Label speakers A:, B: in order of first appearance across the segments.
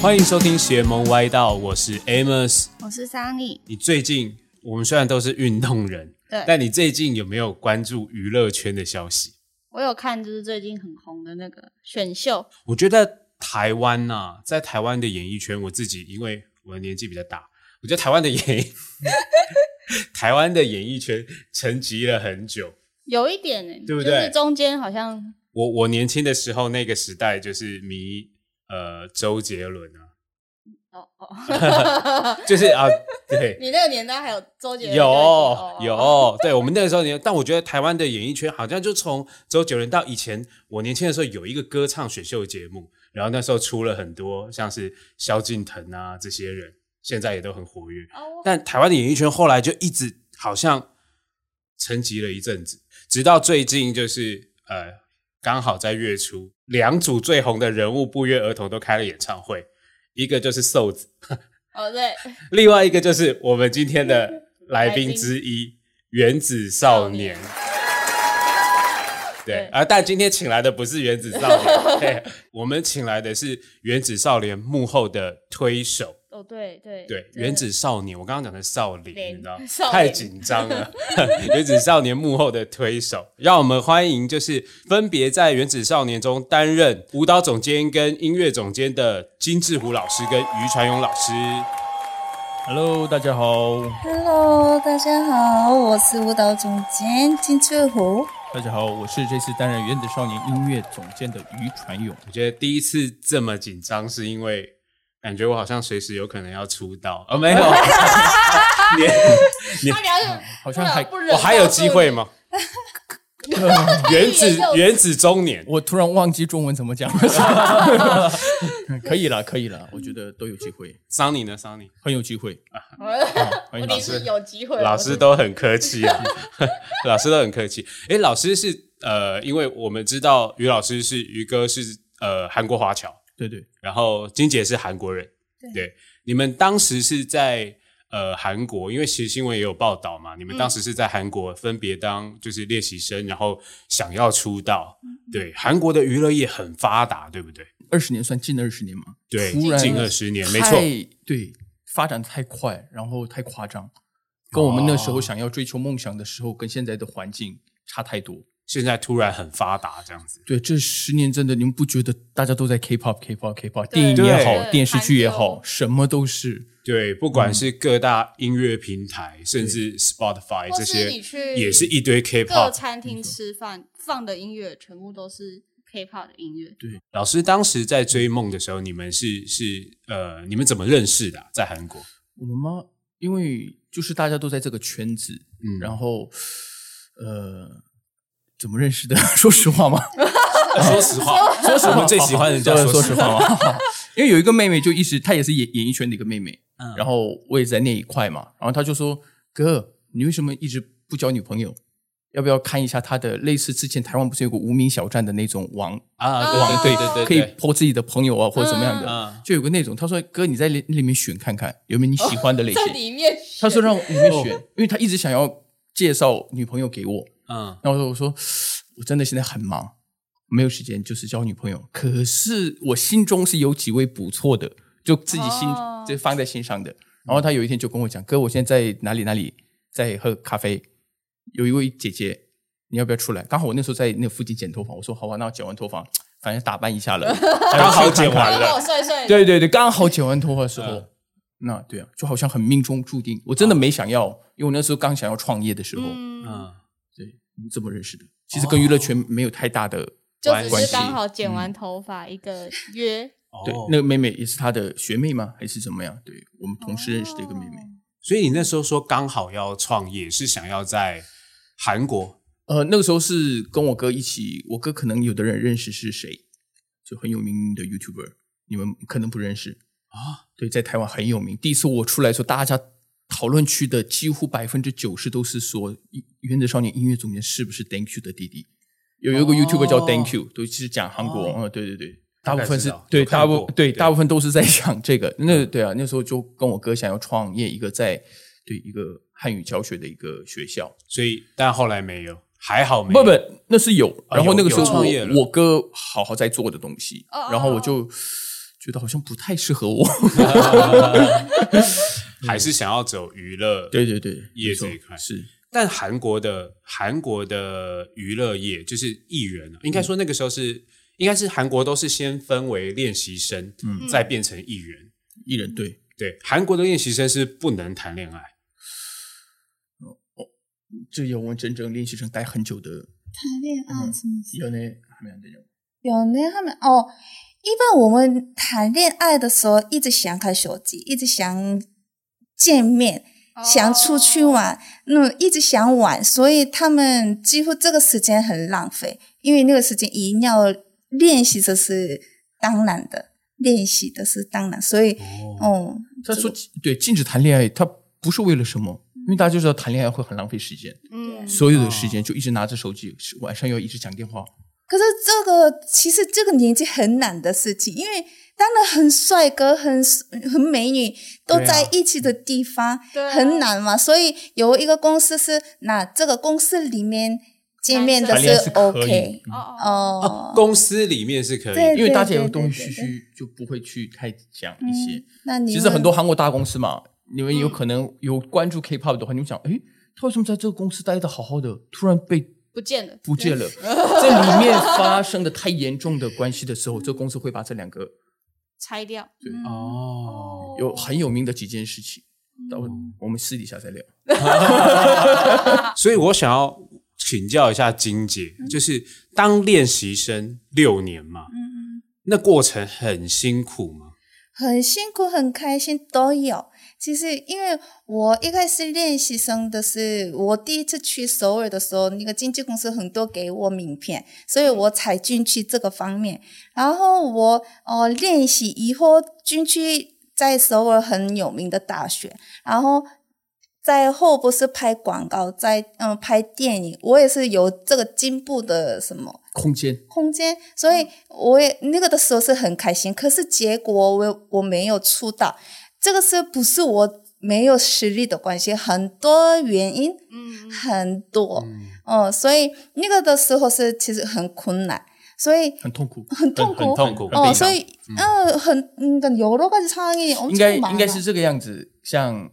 A: 欢迎收听邪盟歪道，我是 Amos。
B: 我是 Sunny，
A: 你最近，我们虽然都是运动人，
B: 对
A: 但你最近有没有关注娱乐圈的消息？
B: 我有看就是最近很红的那个选秀，
A: 我觉得台湾呐、在台湾的演艺圈，我自己因为我的年纪比较大，我觉得台湾的演艺， 台湾的演艺圈沉寂了很久。
B: 有一点呢、
A: 对不
B: 就
A: 对
B: 是中间好像
A: 我我年轻的时候那个时代就是迷呃周杰伦啊，
B: 哦哦，
A: 就是啊对，
B: 你那个年代还有周杰伦
A: 有
B: 对不对
A: 有，
B: 哦
A: 对我们那个时候年，但我觉得台湾的演艺圈好像就从周杰伦到以前我年轻的时候有一个歌唱选秀节目，然后那时候出了很多像是萧敬腾啊这些人，现在也都很活跃。
B: 哦我
A: 但台湾的演艺圈后来就一直好像沉寂了一阵子，直到最近就是呃，刚好在月初，两组最红的人物不约而同都开了演唱会，一个就是瘦子，
B: 哦对，
A: 另外一个就是我们今天的来宾之一——原子少年。对
B: 对
A: 啊，但今天请来的不是原子少年，对，我们请来的是原子少年幕后的推手。
B: 哦对对
A: 对，
B: 真的
A: 原子少年，我刚刚讲的少年，
B: 脸
A: 你知道
B: 少，年
A: 太紧张了。 原子少年幕后的推手，让我们欢迎就是分别在原子少年中担任舞蹈总监跟音乐总监的金志虎老师跟于传勇老师。
C: Hello，大家好，
D: Hello，大家好，我是舞蹈总监金志虎。
C: 大家好，我是这次担任原子少年音乐总监的于传勇。
A: 我觉得第一次这么紧张，是因为感觉我好像随时有可能要出道，哦， 没有，
B: 他聊
C: 好像还
B: 啊不
A: 我嗯还有机会？ 吗？原
B: 自己
A: 子
B: 也有
A: 原子中年，
C: 我突然忘记中文怎么讲， 可以了，可以了，我觉得都有机会，
A: 桑尼呢？桑尼
C: 很有机会。
B: 不忍受不
C: 啊
B: 住
C: 欢迎
B: 你
C: 老
B: 是
C: 师，
B: 有机会，
A: 嗯
B: 啊
A: 老
B: 我是
A: 师都很客气啊， 老师都很客气。诶，老师是呃，因为我们知道于老师是于哥是呃韩国华侨，
C: 对对，
A: 然后金姐是韩国人，
D: 对
A: 你们当时是在呃韩国，因为其实新闻也有报道嘛，你们当时是在韩国分别当就是练习生，然后想要出道，对，韩国的娱乐业很发达，对不对？
C: 二十年算近二十年吗？
A: 对，
C: 突然
A: 近二十年，没
C: 太
A: 错，，
C: 对，发展太快，然后太夸张，跟我们那时候想要追求梦想的时候，跟现在的环境差太多。
A: 现在突然很发达这样子。
C: 对，这十年真的，你们不觉得大家都在 K-pop、K-pop、K-pop，
B: 对
C: 电影
B: 对
C: 也好，电视剧也
B: 韩
C: 好
B: 流，
C: 什么都是。
A: 对，不
C: 嗯
A: 管是各大音乐平台，甚至 Spotify
B: 或
A: 这
B: 是
A: 些
B: 你，去
A: 也是一堆
B: 各
A: K-pop。嗯
B: 餐厅吃饭放的音乐全部都是 K-pop 的音乐，
A: 老师当时在追梦的时候，你们是是呃，你们怎么认识的啊、在韩国，
C: 我们吗？因为就是大家都在这个圈子，
A: 嗯
C: 然后呃，怎么认识的？ 说实话吗？
A: 呃说实话， 说实话，最喜欢人家
C: 对
A: 说
C: 说
A: 实
C: 实
A: 话。
C: 话嘛。因为有一个妹妹，就一直她也是演演艺圈的一个妹妹，
A: 嗯
C: 然后我也在那一块嘛，然后她就说：“哥，你为什么一直不交女朋友？要不要看一下她的类似之前台湾不是有个无名小站的那种网
A: 啊，
B: 哦
A: 对对对对，
C: 可以 po 自己的朋友啊或者怎么样的？
A: 嗯
C: 就有个那种，她说：哥，你在里里面选看看有没有你喜欢的类型。
B: 哦在里面选
C: 他说让我里
A: 哦
C: 面选，因为他一直想要介绍女朋友给我。
A: 嗯，
C: 然后我说我真的现在很忙，没有时间，就是交女朋友。可是我心中是有几位不错的，就自己心
B: 哦
C: 就放在心上的。然后他有一天就跟我讲：“哥，我现在在哪里哪里在喝咖啡，有一位姐姐，你要不要出来？”刚好我那时候在那附近剪头发，我说：“好啊，那我剪完头发，反正打扮一 下了，
A: 刚好剪完
B: 跟我
A: 了，
B: 睡睡，
C: 对对对，刚好剪完头发的时候，
A: 嗯
C: 那对啊，就好像很命中注定。我真的没想要，因为我那时候刚想要创业的时候，
B: 嗯，
A: 嗯，
C: 你怎么认识的？其实跟娱乐圈没有太大的、
B: 哦就
A: 关
B: 只
C: 关
B: 是
C: 系
B: 刚好剪完头发一个约，
C: 对
A: 哦。
C: 那个妹妹也是她的学妹吗？还是怎么样？对我们同时
B: 哦
C: 认识的一个妹妹。
A: 所以你那时候说刚好要创业，是想要在韩国
B: 哦
C: 呃，那个时候是跟我哥一起，我哥可能有的人认识是谁，就很有名的 YouTuber，你们可能不认识
A: 啊。
C: 对，在台湾很有名。第一次我出来的时候，大家讨论区的几乎百分之九十都是说《原子少年音乐总监》是不是 Thank You 的弟弟？有有一个
A: 哦
C: YouTuber 叫 Thank You，、都是讲韩国。
A: 哦
C: 嗯，对对对，
A: 大
C: 大
A: 概
C: 部分
A: 知
C: 是
A: 道
C: 对
A: 有看
C: 大部
A: 过
C: 分
A: 对
C: 对大部分都是在讲这个。那对啊，那时候就跟我哥想要创业一个在对一个汉语教学的一个学校。
A: 所以但后来没有，还好没有
C: 不不，那是有。
A: 哎啊
C: 然后那个
A: 有
C: 时候
A: 有创业
C: 我
A: 了
C: 我哥好好在做的东西
B: 哦哦，
C: 然后我就就觉得好像不太适合我。
A: 还是想要走娱乐。
C: 对对对，
A: 业
C: 没错
A: 这一块
C: 是
A: 但韩国的韩国的娱乐业就是艺人
D: 嗯
A: 啊，应该说那个时候是、应该是韩国都是先分为练习生，
C: 嗯
A: 再变成艺人。
C: 艺人对，
A: 对，韩国的练习生是不能谈恋爱，
C: 这要问真正练习生待很久的
D: 谈恋爱
C: 嗯
D: 什么意思？
C: 有呢，还没有这种。
D: 有呢，他们哦，一般我们谈恋爱的时候一直想看手机，一直想见面，
C: 哦
D: 想出去玩，那、一直想玩，所以他们几乎这个时间很浪费，因为那个时间一定要练习，这是当然的，练习的是当然，所以，哦、嗯，
C: 他说对禁止谈恋爱，他不是为了什么，因为大家就知道谈恋爱会很浪费时间，
B: 嗯，
C: 所有的时
D: 哦
C: 间就一直拿着手机，晚上要一直讲电话。
D: 可是这个其实这个年纪很难的事情，因为当然很帅哥、很很美女都
C: 对啊
D: 在一起的地方、
B: 对啊
D: 很难嘛，所以有一个公司是那这个公司里面见面的
B: 男生
C: 谈恋爱是可以
D: OK
B: 哦哦哦，
D: 哦，
A: 公司里面是可以
D: 对
A: 的。
C: 因为大家
D: 对对
C: 都会
D: 对
C: 虚
D: 对
C: 虚，就不会去太讲一些。
D: 嗯那你
C: 其实很多
D: 们嗯
C: 韩国大公司嘛，你们有可能有关注 K-pop 的话，你们想，诶，他为什么在这个公司待的好好的，突然被
B: 不见了，
C: 嗯不见 了？这里面发生的太严重的关系的时候，这公司会把这两个
B: 拆掉。
C: 嗯
A: 哦，
C: 有很有名的几件事情，到
D: 嗯
C: 我们私底下再聊。
A: 所以我想要请教一下金姐，
D: 嗯
A: 就是当练习生六年嘛，
D: 嗯
A: 那过程很辛苦吗？
D: 很辛苦、很开心都有。其实因为我一开始练习生的是我第一次去首尔的时候，那个经纪公司很多给我名片，所以我才进去这个方面。然后我呃练习以后进去在首尔很有名的大学，然后在后不是拍广告，在嗯拍电影，我也是有这个进步的什么。
C: 空间
D: 空间，所以我也那个的时候是很开心。可是结果我我没有出道，这个是不是我没有实力的关系？很多原因，
B: 嗯，
D: 很多，嗯，所以那个的时候是其实很困难，所以
C: 很痛苦，
D: 很痛苦
A: 很痛苦
C: 悲
D: 哦，
C: 伤
D: 所以嗯，很嗯，여러가지상황이엄
C: 应该
D: 청
C: 应该是
D: 많아
C: 这个样子，像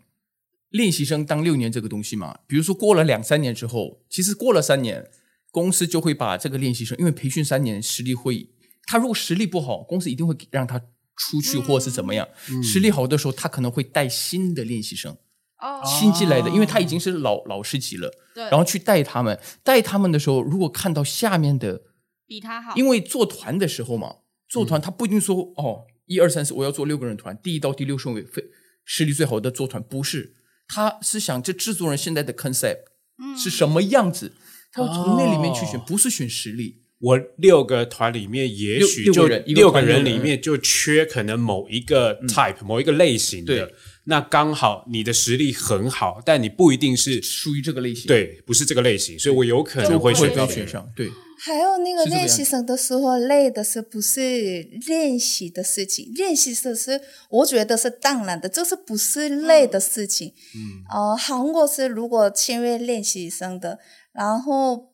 C: 练习生当六年这个东西嘛，比如说过了两三年之后，其实过了三年，公司就会把这个练习生，因为培训三年，实力会，他如果实力不好，公司一定会给让他出去或是怎么样。
D: 嗯
C: 实力好的时候，他可能会带新的练习生，
B: 哦，
C: 新进来的，因为他已经是老老师级了，
B: 对，
C: 然后去带他们，带他们的时候，如果看到下面的
B: 比他好，
C: 因
B: 为
C: 为做团的时候嘛，做
D: 嗯
C: 团他不一定说、哦，一二三四，我要做六个人团，第一到第六顺位非实力最好的做团，不是，他是想这制作人现在的 concept
D: 嗯
C: 是什么样子，他要从那里面去选，
A: 哦
C: 不是选实力，
A: 我六个团里面，也许
C: 六
A: 就
C: 六个人一个
A: 六个
C: 团嗯
A: 人
C: 六个
A: 里
C: 人
A: 面就缺可能某一个 type、某一个类型的
C: 对，
A: 那刚好你的实力很好，但你不一定是
C: 属于这个类型，，
A: 对，不是这个类型，所以我有可能会
C: 会
A: 选到别
C: 被选
A: 人。
C: 上，对，
D: 还有那个
C: 是这个样
D: 练习
C: 子
D: 生的时候，累的是不是练习的事情？练习的是我觉得是当然的，这是不是累的事情？嗯，呃，韩国是如果签约练习生的，然后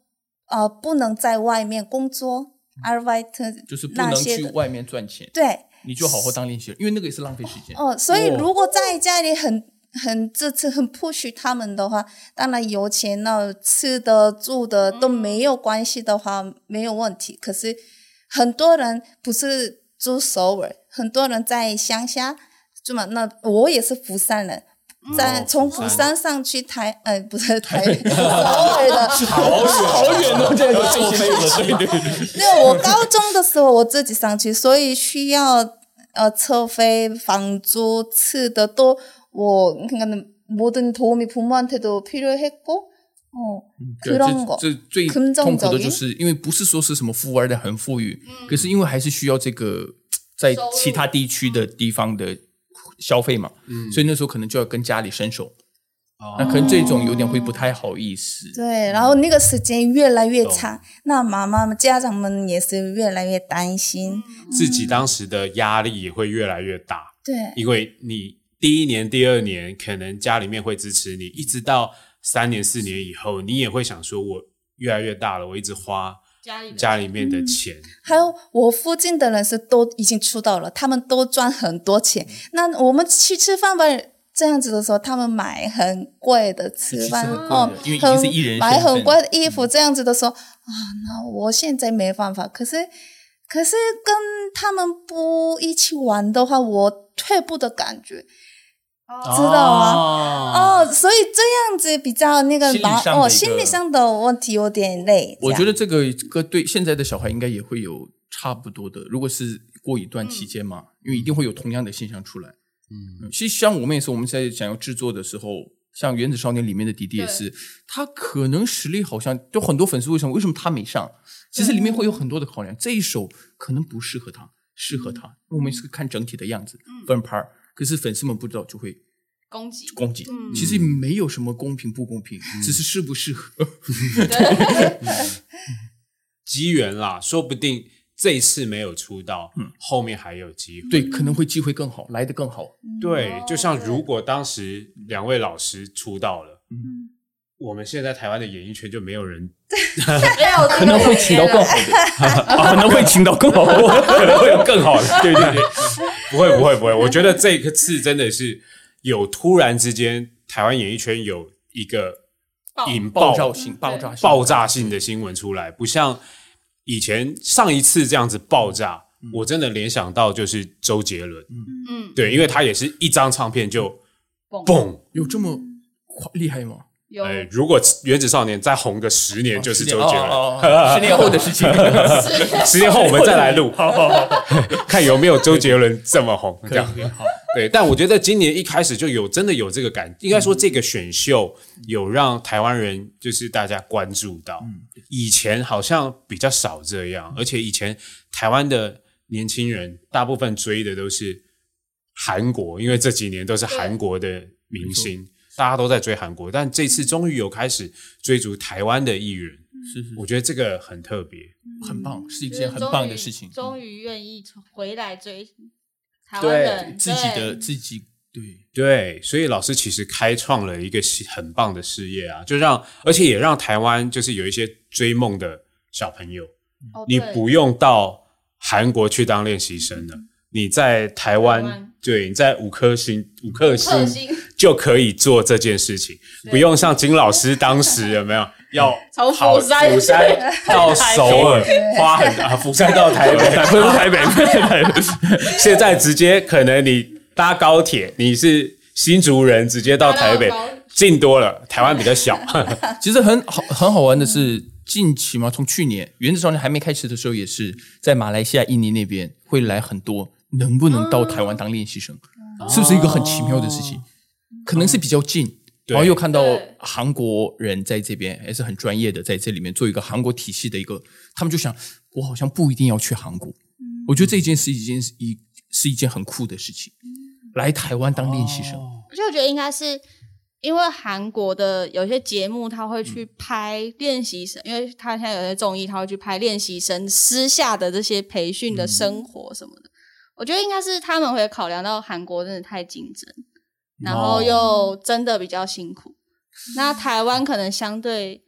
D: 呃不能在外面工作 a r b i t
C: 嗯就是不
D: 那
C: 能
D: 些
C: 去
D: 的，
C: 外面赚钱，
D: 对，
C: 你就好好当练习生，因为那个也是浪费时间。
D: 哦，所以
A: 哇
D: 如果在家里很很这次很 push 他们的话，当然有钱了，吃的住的都没有关系的话，没有问题。可是很多人不是住首尔，很多人在乡下住嘛。那我也是釜山人。在
A: 哦
D: 从
A: 釜
D: 釜
A: 山
D: 山上去台，呃，不 是台首尔的，
C: 好远哦，这个坐飞了，对对对，
D: 那我高中的时候我自己上去，所以需要呃车费、房租、吃的都我그러니까모든도움이부모한테도필요했고어그런거
C: 嗯这最
D: 긍정
C: 痛苦
D: 적인
C: 的就是，因为不是说是什么富二代很富裕，可是因为还是需要这个在
B: 嗯收入
C: 其他地区的地方的消费嘛，所以那时候可能就要跟家里伸手，
B: 哦
C: 那可能这种有点会不太好意思。
D: 对，然后那个时间越来越长，那妈妈们、家长们也是越来越担
B: 嗯
D: 心。
A: 自己当时的压力也会越来越大，
D: 对，
A: 因为你第一年、第二年可能家里面会支持你，一直到三年、四年以后，你也会想说，我越来越大了，我一直花
B: 家里的
A: 家里面的钱，
D: 还有我附近的人是都已经出道了，他们都赚很多钱。
C: 嗯
D: 那我们去吃饭吧，这样子的时候，他们买很贵的吃饭
C: 其实很贵
D: 哦
C: 的，因为已经
D: 很
C: 是艺人
D: 买
C: 身份
D: 很贵的衣服，这样子的时候啊，那我现在没办法。可是，可是跟他们不一起玩的话，我退步的感觉。
B: 哦
D: 知道啊
C: 啊
D: 哦，所以这样子比较那个
C: 心理
D: 麻
C: 上的一
D: 哦，
C: 个
D: 心理上的问题有点累。
C: 我
D: 这样
C: 觉得这个歌对现在的小孩应该也会有差不多的，如果是过一段期间
B: 嗯
C: 嘛，因为一定会有同样的现象出来。
A: 嗯，
C: 其实像我们也是，我们在想要制作的时候，像《原子少年》里面的迪迪也是，他可能实力好像就很多粉丝为什么为什么他没上？其实里面会有很多的考量，这一首可能不适合他，适合他，我们是看整体的样子
B: 嗯
C: 分拍儿。可是粉丝们不知道就会
B: 攻击，
C: 攻击，
B: 嗯
C: 其实没有什么公平不公平，只是适不适合。
A: 机缘啦，说不定这一次没有出道，
C: 嗯
A: 后面还有机会。
C: 对，可能会机会更好，来的更好。
D: 嗯
A: 对
B: 哦，
A: 就像
B: 对
A: 如果当时两位老师出道了，
C: 嗯
A: 我们现在台湾的演艺圈就没有人
B: 没有
C: 可能会请到更好的，啊可能会请到更好的，会有更好 的。
A: 对对对，不会不会不会，我觉得这一次真的是有突然之间，台湾演艺圈有一个
B: 爆
A: 引爆
C: 爆炸性、爆炸性、
A: 爆炸性的新闻出来，不像以前上一次这样子爆炸，我真的联想到就是周杰伦，
B: 嗯，
A: 对，因为他也是一张唱片就嘣，
C: 有这么夸厉害吗？
B: 有
A: 哎，如果原子少年再红个哦十年，就是周杰伦。
C: 伦，十年后的事情。
A: 十年后我们再来录，
C: 好好好，
A: 看有没有周杰伦这么红。这
C: 可以
A: 样
C: 可以好，
A: 对，但我觉得今年一开始就有真的有这个感，应该说这个选秀有让台湾人就是大家关注到，
C: 嗯
A: 以前好像比较少这样，而且以前台湾的年轻人大部分追的都是韩国，因为这几年都是韩国的明星，大家都在追韩国，但这次终于有开始追逐台湾的艺人，
C: 是是
A: 我觉得这个很特别。
C: 很棒，是一
B: 就
C: 件
B: 是
C: 很
B: 终
C: 棒的
B: 于
C: 事情。嗯
B: 终于愿意从回来追台湾
A: 对
B: 人
C: 自己
B: 对
C: 的自己对，
A: 对，所以老师其实开创了一个系很棒的事业啊，就让而且也让台湾就是有一些追梦的小朋友，
B: 哦
A: 你
B: 对
A: 不用到韩国去当练习生了，你在台湾，
B: 台湾
A: 对，你在五颗星五颗星
B: 克 星
A: 就可以做这件事情，
B: 对
A: 不用像金老师当时有 没有要
B: 从
A: 跑
B: 釜山
A: 釜 山到首尔，花很大，釜山到台北，
C: 不是台北，不是台北，
A: 现在直接可能你搭高铁，你是新竹人，直接到台北
B: 搭到高
A: 近多了。台湾比较小，
C: 其实很好很好玩的是，近期嘛，从去年《原子少年》还没开始的时候，也是在马来西亚、印尼那边会来很多，能不能到台湾当练习生，
B: 哦
C: 是不是一个很奇妙的事情？可能是比较近，
A: 对
C: 然后又看到
B: 对
C: 韩国人在这边还是很专业的，在这里面做一个韩国体系的一个，他们就想，我好像不一定要去韩国，
B: 嗯
C: 我觉得这一件是一件一是一件很酷的事情，来台湾当练习生，
B: 而且我觉得应该是因为韩国的有些节目，他会去拍练习生，因为他现在有些综艺，他会去拍练习生私下的这些培训的生活什么的。我觉得应该是他们会考量到韩国真的太竞争，
C: 哦
B: 然后又真的比较辛苦。那台湾可能相对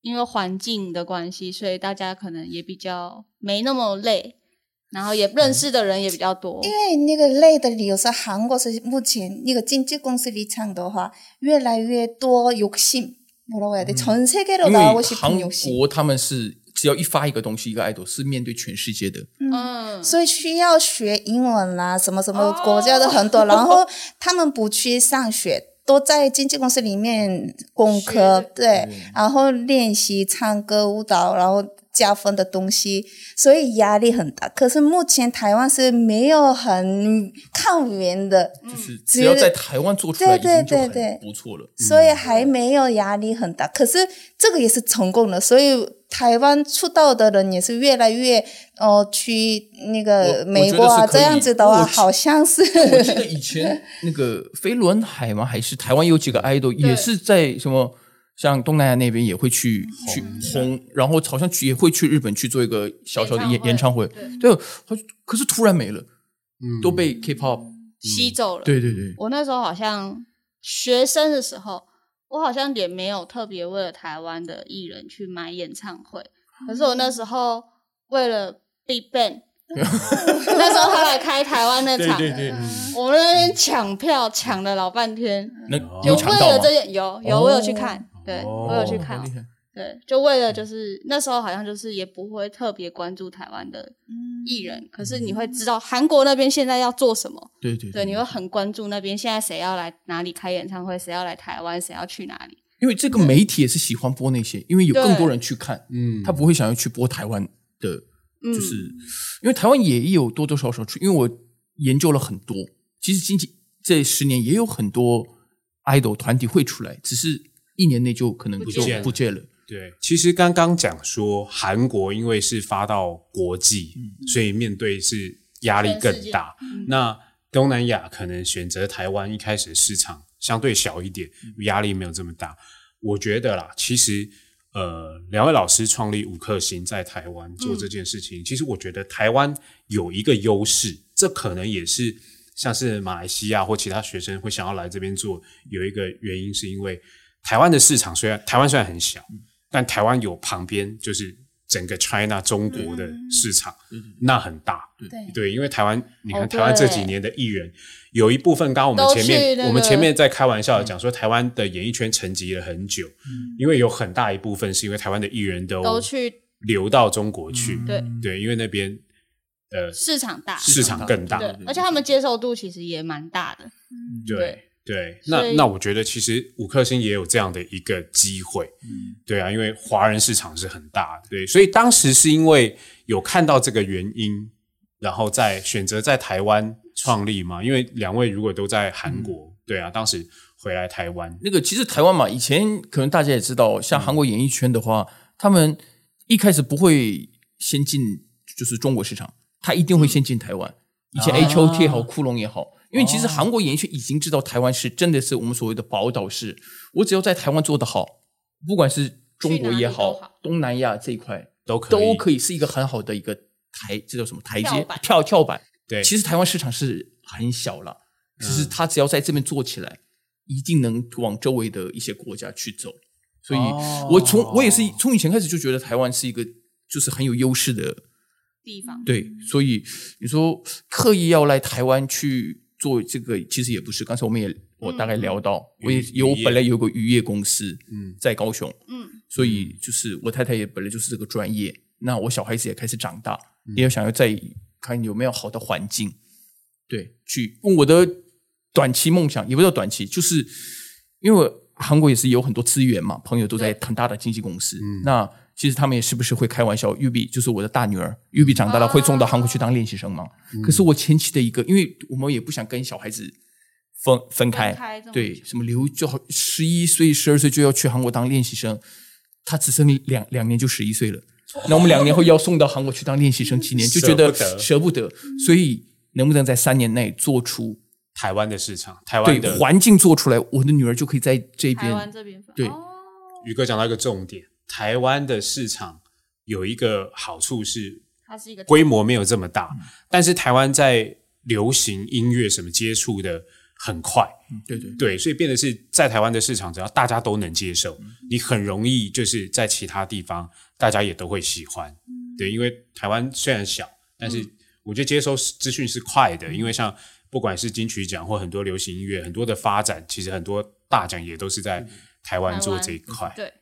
B: 因为环境的关系，所以大家可能也比较没那么累，然后也认识的人也比较多。
D: 因为那个累的理由是韩国是目前那个经纪公司立场的话，越来越多욕심뭐라고해야돼전세계로
C: 嗯因
D: 나가고
C: 为
D: 싶은
C: 韩
D: 욕심
C: 国他们是只要一发一个东西，一个爱豆是面对全世界的，
B: 嗯，
D: 所以需要学英文啦，什么什么
B: 哦
D: 国家的很多，然后 他们不去上学，都在经纪公司里面工科，
B: 学
D: 对，
C: 嗯
D: 然后练习唱歌、舞蹈，然后加分的东西，所以压力很大。可是目前台湾是没有很抗原的，
C: 就是
D: 只
C: 只要
D: 是
C: 在台湾做出来，已
D: 对
C: 经就
D: 对对
C: 很
D: 对
C: 不错了。
D: 所以还没有压力很大。可是这个也是成功的，所以台湾出道的人也是越来越哦、呃去那个
C: 我
D: 美国啊
C: 我觉得是可
D: 这
C: 以
D: 样子的话，
C: 我
D: 好像是
C: 我记 得以前那个飞轮海嘛，还是台湾有几个 idol 也是在什么，像东南亚那边也会去去红，然后好像去也会去日本去做一个小小的演演
B: 演
C: 唱
B: 唱
C: 会
B: 会，
C: 对，好像可是突然没了，
A: 嗯
C: 都被 K-pop，
B: 吸走了。
C: 对对对，
B: 我那时候好像学生的时候，我好像也没有特别为了台湾的艺人去买演唱会，可是我那时候为了 Big Bang，那时候他来开台湾那
A: 对
B: 场，
A: 对对，
B: 我们那边抢票抢了老半天，
C: 那
B: 就为
C: 有哦抢到
B: 了
C: 吗
B: 这？件有有我有去看，对
A: 哦
B: 我有去
C: 好
B: 看
C: 厉，害
B: 对，就为了就是那时候好像就是也不会特别关注台湾的
D: 嗯
B: 艺人，可是你会知道韩国那边现在要做什么，
C: 对对
B: 对，你会很关注那边现在谁要来哪里开演唱会，谁要来台湾，谁要去哪里，
C: 因为这个媒体也是喜欢播那些，因为有更多人去看，
A: 嗯，
C: 他不会想要去播台湾的，
B: 嗯
C: 就是、因为台湾也有多多少少去，因为我研究了很多，其实近期这十年也有很多 idol 团体会出来，只是一年内就可能
B: 不
C: 就
A: 见了
C: 不见了。
A: 对，其实刚刚讲说韩国因为是发到国际，所以面对是压力更大。那东南亚可能选择台湾一开始市场相对小一点，压力没有这么大。我觉得啦，其实呃，两位老师创立五颗星在台湾做这件事情，其实我觉得台湾有一个优势，这可能也是像是马来西亚或其他学生会想要来这边做，有一个原因是因为台湾的市场虽然台湾虽然很小，
B: 嗯
A: 但台湾有旁边就是整个 China 中国
B: 嗯
A: 的市场，那很大。
D: 对，
A: 对，因为台湾，你看
B: 哦
A: 台湾这几
B: 对
A: 年的艺人，有一部分，刚刚我们前
B: 都
A: 面、
B: 去哦那个
A: 我们前面在开玩笑地讲说，台湾的演艺圈沉寂了很久，
B: 嗯
A: 因为有很大一部分是因为台湾的艺人都
B: 都去嗯
A: 流到中国去，
B: 对
A: 对，因为那边呃
B: 市场大，
A: 市场更大，
B: 对
C: 对，
B: 而且他们接受度其实也蛮大的，
A: 对
B: 对
A: 对，
B: 所
A: 那
B: 以
A: 那我觉得其实五颗星也有这样的一个机会，对啊，因为华人市场是很大的，对，所以当时是因为有看到这个原因，然后再选择在台湾创立嘛，因为两位如果都在韩国，对啊，当时回来台湾，
C: 那个其实台湾嘛，以前可能大家也知道，像韩国演艺圈的话，他们一开始不会先进就是中国市场，他一定会先进台湾。以前
A: 啊
C: H O T 也好，酷龙也好，因为其实韩国演艺圈已经知道台湾是真的是我们所谓的宝岛市，我只要在台湾做得好，不管是中国也
B: 去哪里都好
C: 东南亚这一块
A: 都可以
C: 都可以是一个很好的一个台，这叫什么台
B: 跳
C: 阶
B: 板
C: 跳跳板。
A: 对，嗯
C: 其实台湾市场是很小了，只是他只要在这边做起来，一定能往周围的一些国家去走。所以
A: 哦，
C: 我从、我也是从以前开始就觉得台湾是一个就是很有优势的，
B: 地方，
C: 对。所以你说刻意要来台湾去做这个，其实也不是。刚才我们也我大概聊到，我也有
A: 嗯渔业
C: 本来有个渔业公司
A: 嗯
C: 在高雄，
B: 嗯，
C: 所以就是我太太也本来就是这个专业，那我小孩子也开始长大，也想要再看有没有好的环境，对，去我的短期梦想也不叫短期，就是因为韩国也是有很多资源嘛，朋友都在很大的经纪公司，那其实他们也时不时会开玩笑，玉碧就是我的大女儿，玉碧长大了
B: 啊
C: 会送到韩国去当练习生嘛，可是我前期的一个，因为我们也不想跟小孩子。分分开，
B: 分开这么
C: 对
B: 久，
C: 什么留就好，十一岁、十二岁就要去韩国当练习生，他只剩两两年就十一岁 了。那我们两年后要送到韩国去当练习生七年，就觉得
A: 舍不得
C: 舍不得，所以能不能在三年内做出
A: 台湾的市场，台湾
C: 对
A: 的
C: 环境做出来，我的女儿就可以在这
B: 台湾
C: 边
B: 这边分
C: 对
B: 哦
A: 宇哥讲到一个重点，台湾的市场有一个好处是
B: 它是一个
A: 规模没有这么大，但是台湾在流行音乐什么接触的很快，
C: 嗯对对
A: 对，所以变得是在台湾的市场，只要大家都能接受，你很容易就是在其他地方大家也都会喜欢，对，因为台湾虽然小，但是我觉得接收资讯是快的，因为像不管是金曲奖或很多流行音乐，很多的发展，其实很多大奖也都是在台湾做这一块，
B: 嗯对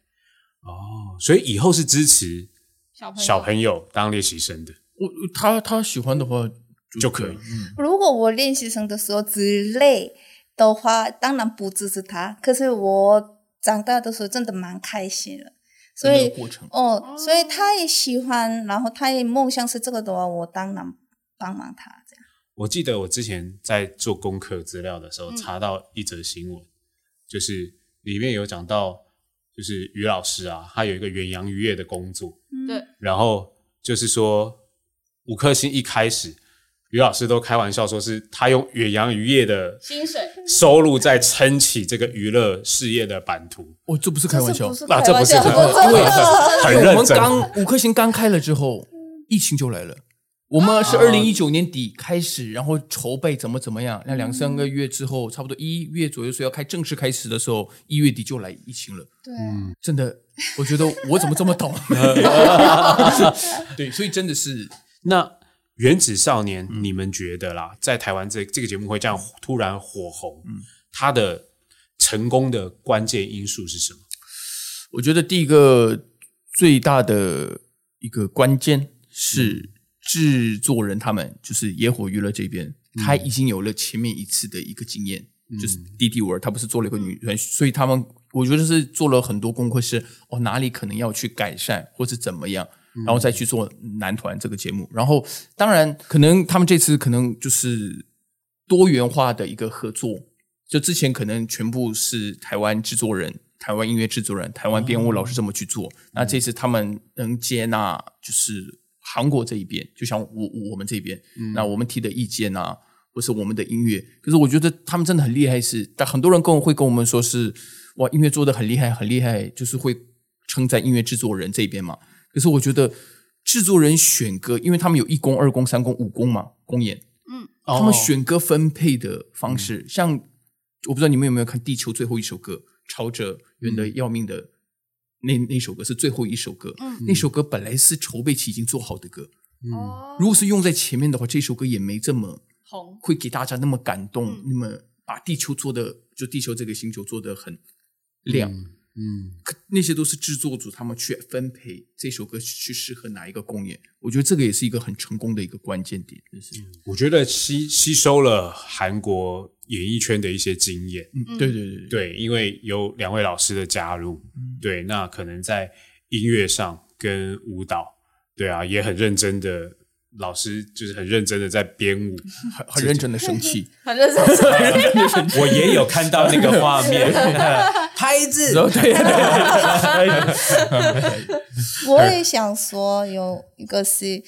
A: 哦，所以以后是支持
B: 小朋友
A: 小朋友当练习生的
C: 我我他他喜欢的话嗯
A: 就可以，
D: 如果我练习生的时候之类的话，当然不支持他。可是我长大的时候真的蛮开心的，所
C: 那
D: 以
C: 个过程
D: 哦，所以他也喜欢，然后他也梦想是这个的话，我当然帮忙他这样。
A: 我记得我之前在做功课资料的时候，
B: 嗯
A: 查到一则新闻，就是里面有讲到，就是于老师啊，他有一个远洋渔业的工作，
D: 嗯
B: 对
A: 然后就是说五颗星一开始，于老师都开玩笑说是他用远洋渔业的
B: 薪水
A: 收入在撑起这个娱乐事业的版图，
C: 哦，这不是开玩笑
D: 这，是不是
A: 那这不是
D: 开
A: 很
D: 玩 笑我啊真的
A: 很
C: 我
A: 认
C: 们
A: 真，
C: 刚五颗星刚开了之后，疫情就来了。我们
A: 啊
C: 是二零一九年底开始，然后筹备怎么怎么样，那两三个月之后，差不多一月左右说要开正式开始的时候，
A: 嗯
C: 一月底就来疫情了。
D: 对，
C: 真的，我觉得我怎么这么懂？ 对，所以真的是
A: 那原子少年，你们觉得啦，在台湾这这个节目会这样突然火红，它的成功的关键因素是什么？
C: 我觉得第一个最大的一个关键是制作人他们，就是野火娱乐这边，他已经有了前面一次的一个经验，就是弟弟我儿他不是做了一个女人，所以他们我觉得是做了很多功课是，哦哪里可能要去改善或是怎么样。然后再去做男团这个节目，然后当然可能他们这次可能就是多元化的一个合作，就之前可能全部是台湾制作人、台湾音乐制作人、台湾编舞老师这么去做。那这次他们能接纳，就是韩国这一边，就像我我们这边，那我们提的意见啊，或是我们的音乐。可是我觉得他们真的很厉害是，但很多人跟我会跟我们说是哇，音乐做的很厉害，很厉害，就是会称赞音乐制作人这边嘛。可是我觉得制作人选歌，因为他们有一公、二公、三公、五公嘛，公演，
B: 哦
C: 他们选歌分配的方式，
B: 嗯
C: 像我不知道你们有没有看《地球最后一首歌》，朝着远的要命的那那首歌是最后一首歌，
B: 嗯
C: 那首歌本来是筹备期已经做好的歌，
A: 嗯
B: 哦
C: 如果是用在前面的话，这首歌也没这么
B: 红，
C: 会给大家那么感动，
B: 嗯
C: 那么把地球做的就地球这个星球做的很亮，
A: 嗯，
C: 可那些都是制作组他们去分配这首歌去适合哪一个公演，我觉得这个也是一个很成功的一个关键点，就是
A: 我觉得吸吸收了韩国演艺圈的一些经验，
C: 嗯，对对对，
A: 对，因为有两位老师的加入，
C: 嗯
A: 对，那可能在音乐上跟舞蹈，对啊，也很认真的老师就是很认真的在编舞，
C: 很很认真的生气，
B: 反正是
A: 我也有看到那个画 面，拍子
C: 然后对
D: 我也想说有一个是，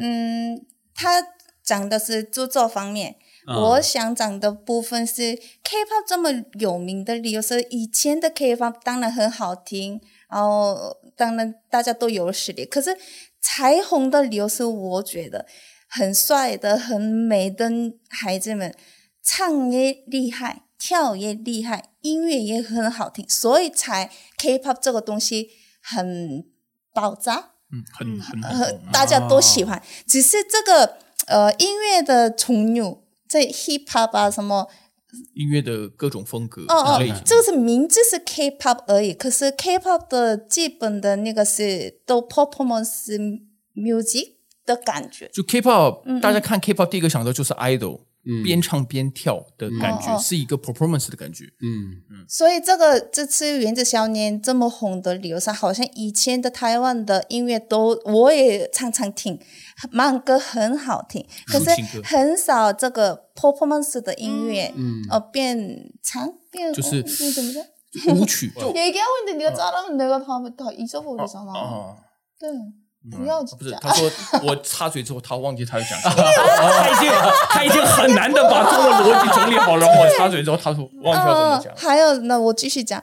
D: 嗯，他讲的是制作方面。我想讲的部分是 K-pop 这么有名的理由是以前的 K-pop 当然很好听，然后当然大家都有实力，可是才红的理由是我觉得很帅的、很美的孩子们，唱也厉害，跳也厉害，音乐也很好听，所以才 K-pop 这个东西很爆炸。
C: 嗯，很很
D: 呃
C: 很，
D: 大家都喜欢。只是这个呃音乐的从牛，这 hip hop 啊什么，
C: 音乐的各种风格
D: 哦哦
C: 类型，，
D: 这个是名字是 K-pop 而已，可是 K-pop 的基本的那个是都 performance music 的感觉。
C: 就
D: 嗯
C: K-pop，大家看 K-pop 第一个想到就是 idol，
A: 嗯
C: 边唱边跳的感
D: 哦
C: 觉，
D: 哦
C: 是一个 performance 的感 觉。
A: 嗯
D: 所以这个这次《原子少年》这么红的理由是，好像以前的台湾的音乐都我也常常听，慢歌很好听，可是
C: 抒情嗯歌
D: 很少这个 performance 的音乐，
A: 嗯
D: 呃，变长变
C: 就是
D: 变怎么 的？
C: 就舞曲
D: 얘기하고 있는데 네가 잘하면 내가 다음에 다 잊어버리잖아.
C: 哦，
D: 네.不要
C: 嗯
D: 讲
C: 不是，他说我插嘴之后，他忘记他要讲什 么。
E: 他已经他已经很难的把中文逻辑整理好了，我
C: 插嘴之后，他说忘记要怎么
D: 嗯
C: 讲，。
D: 还有呢，我继 续讲。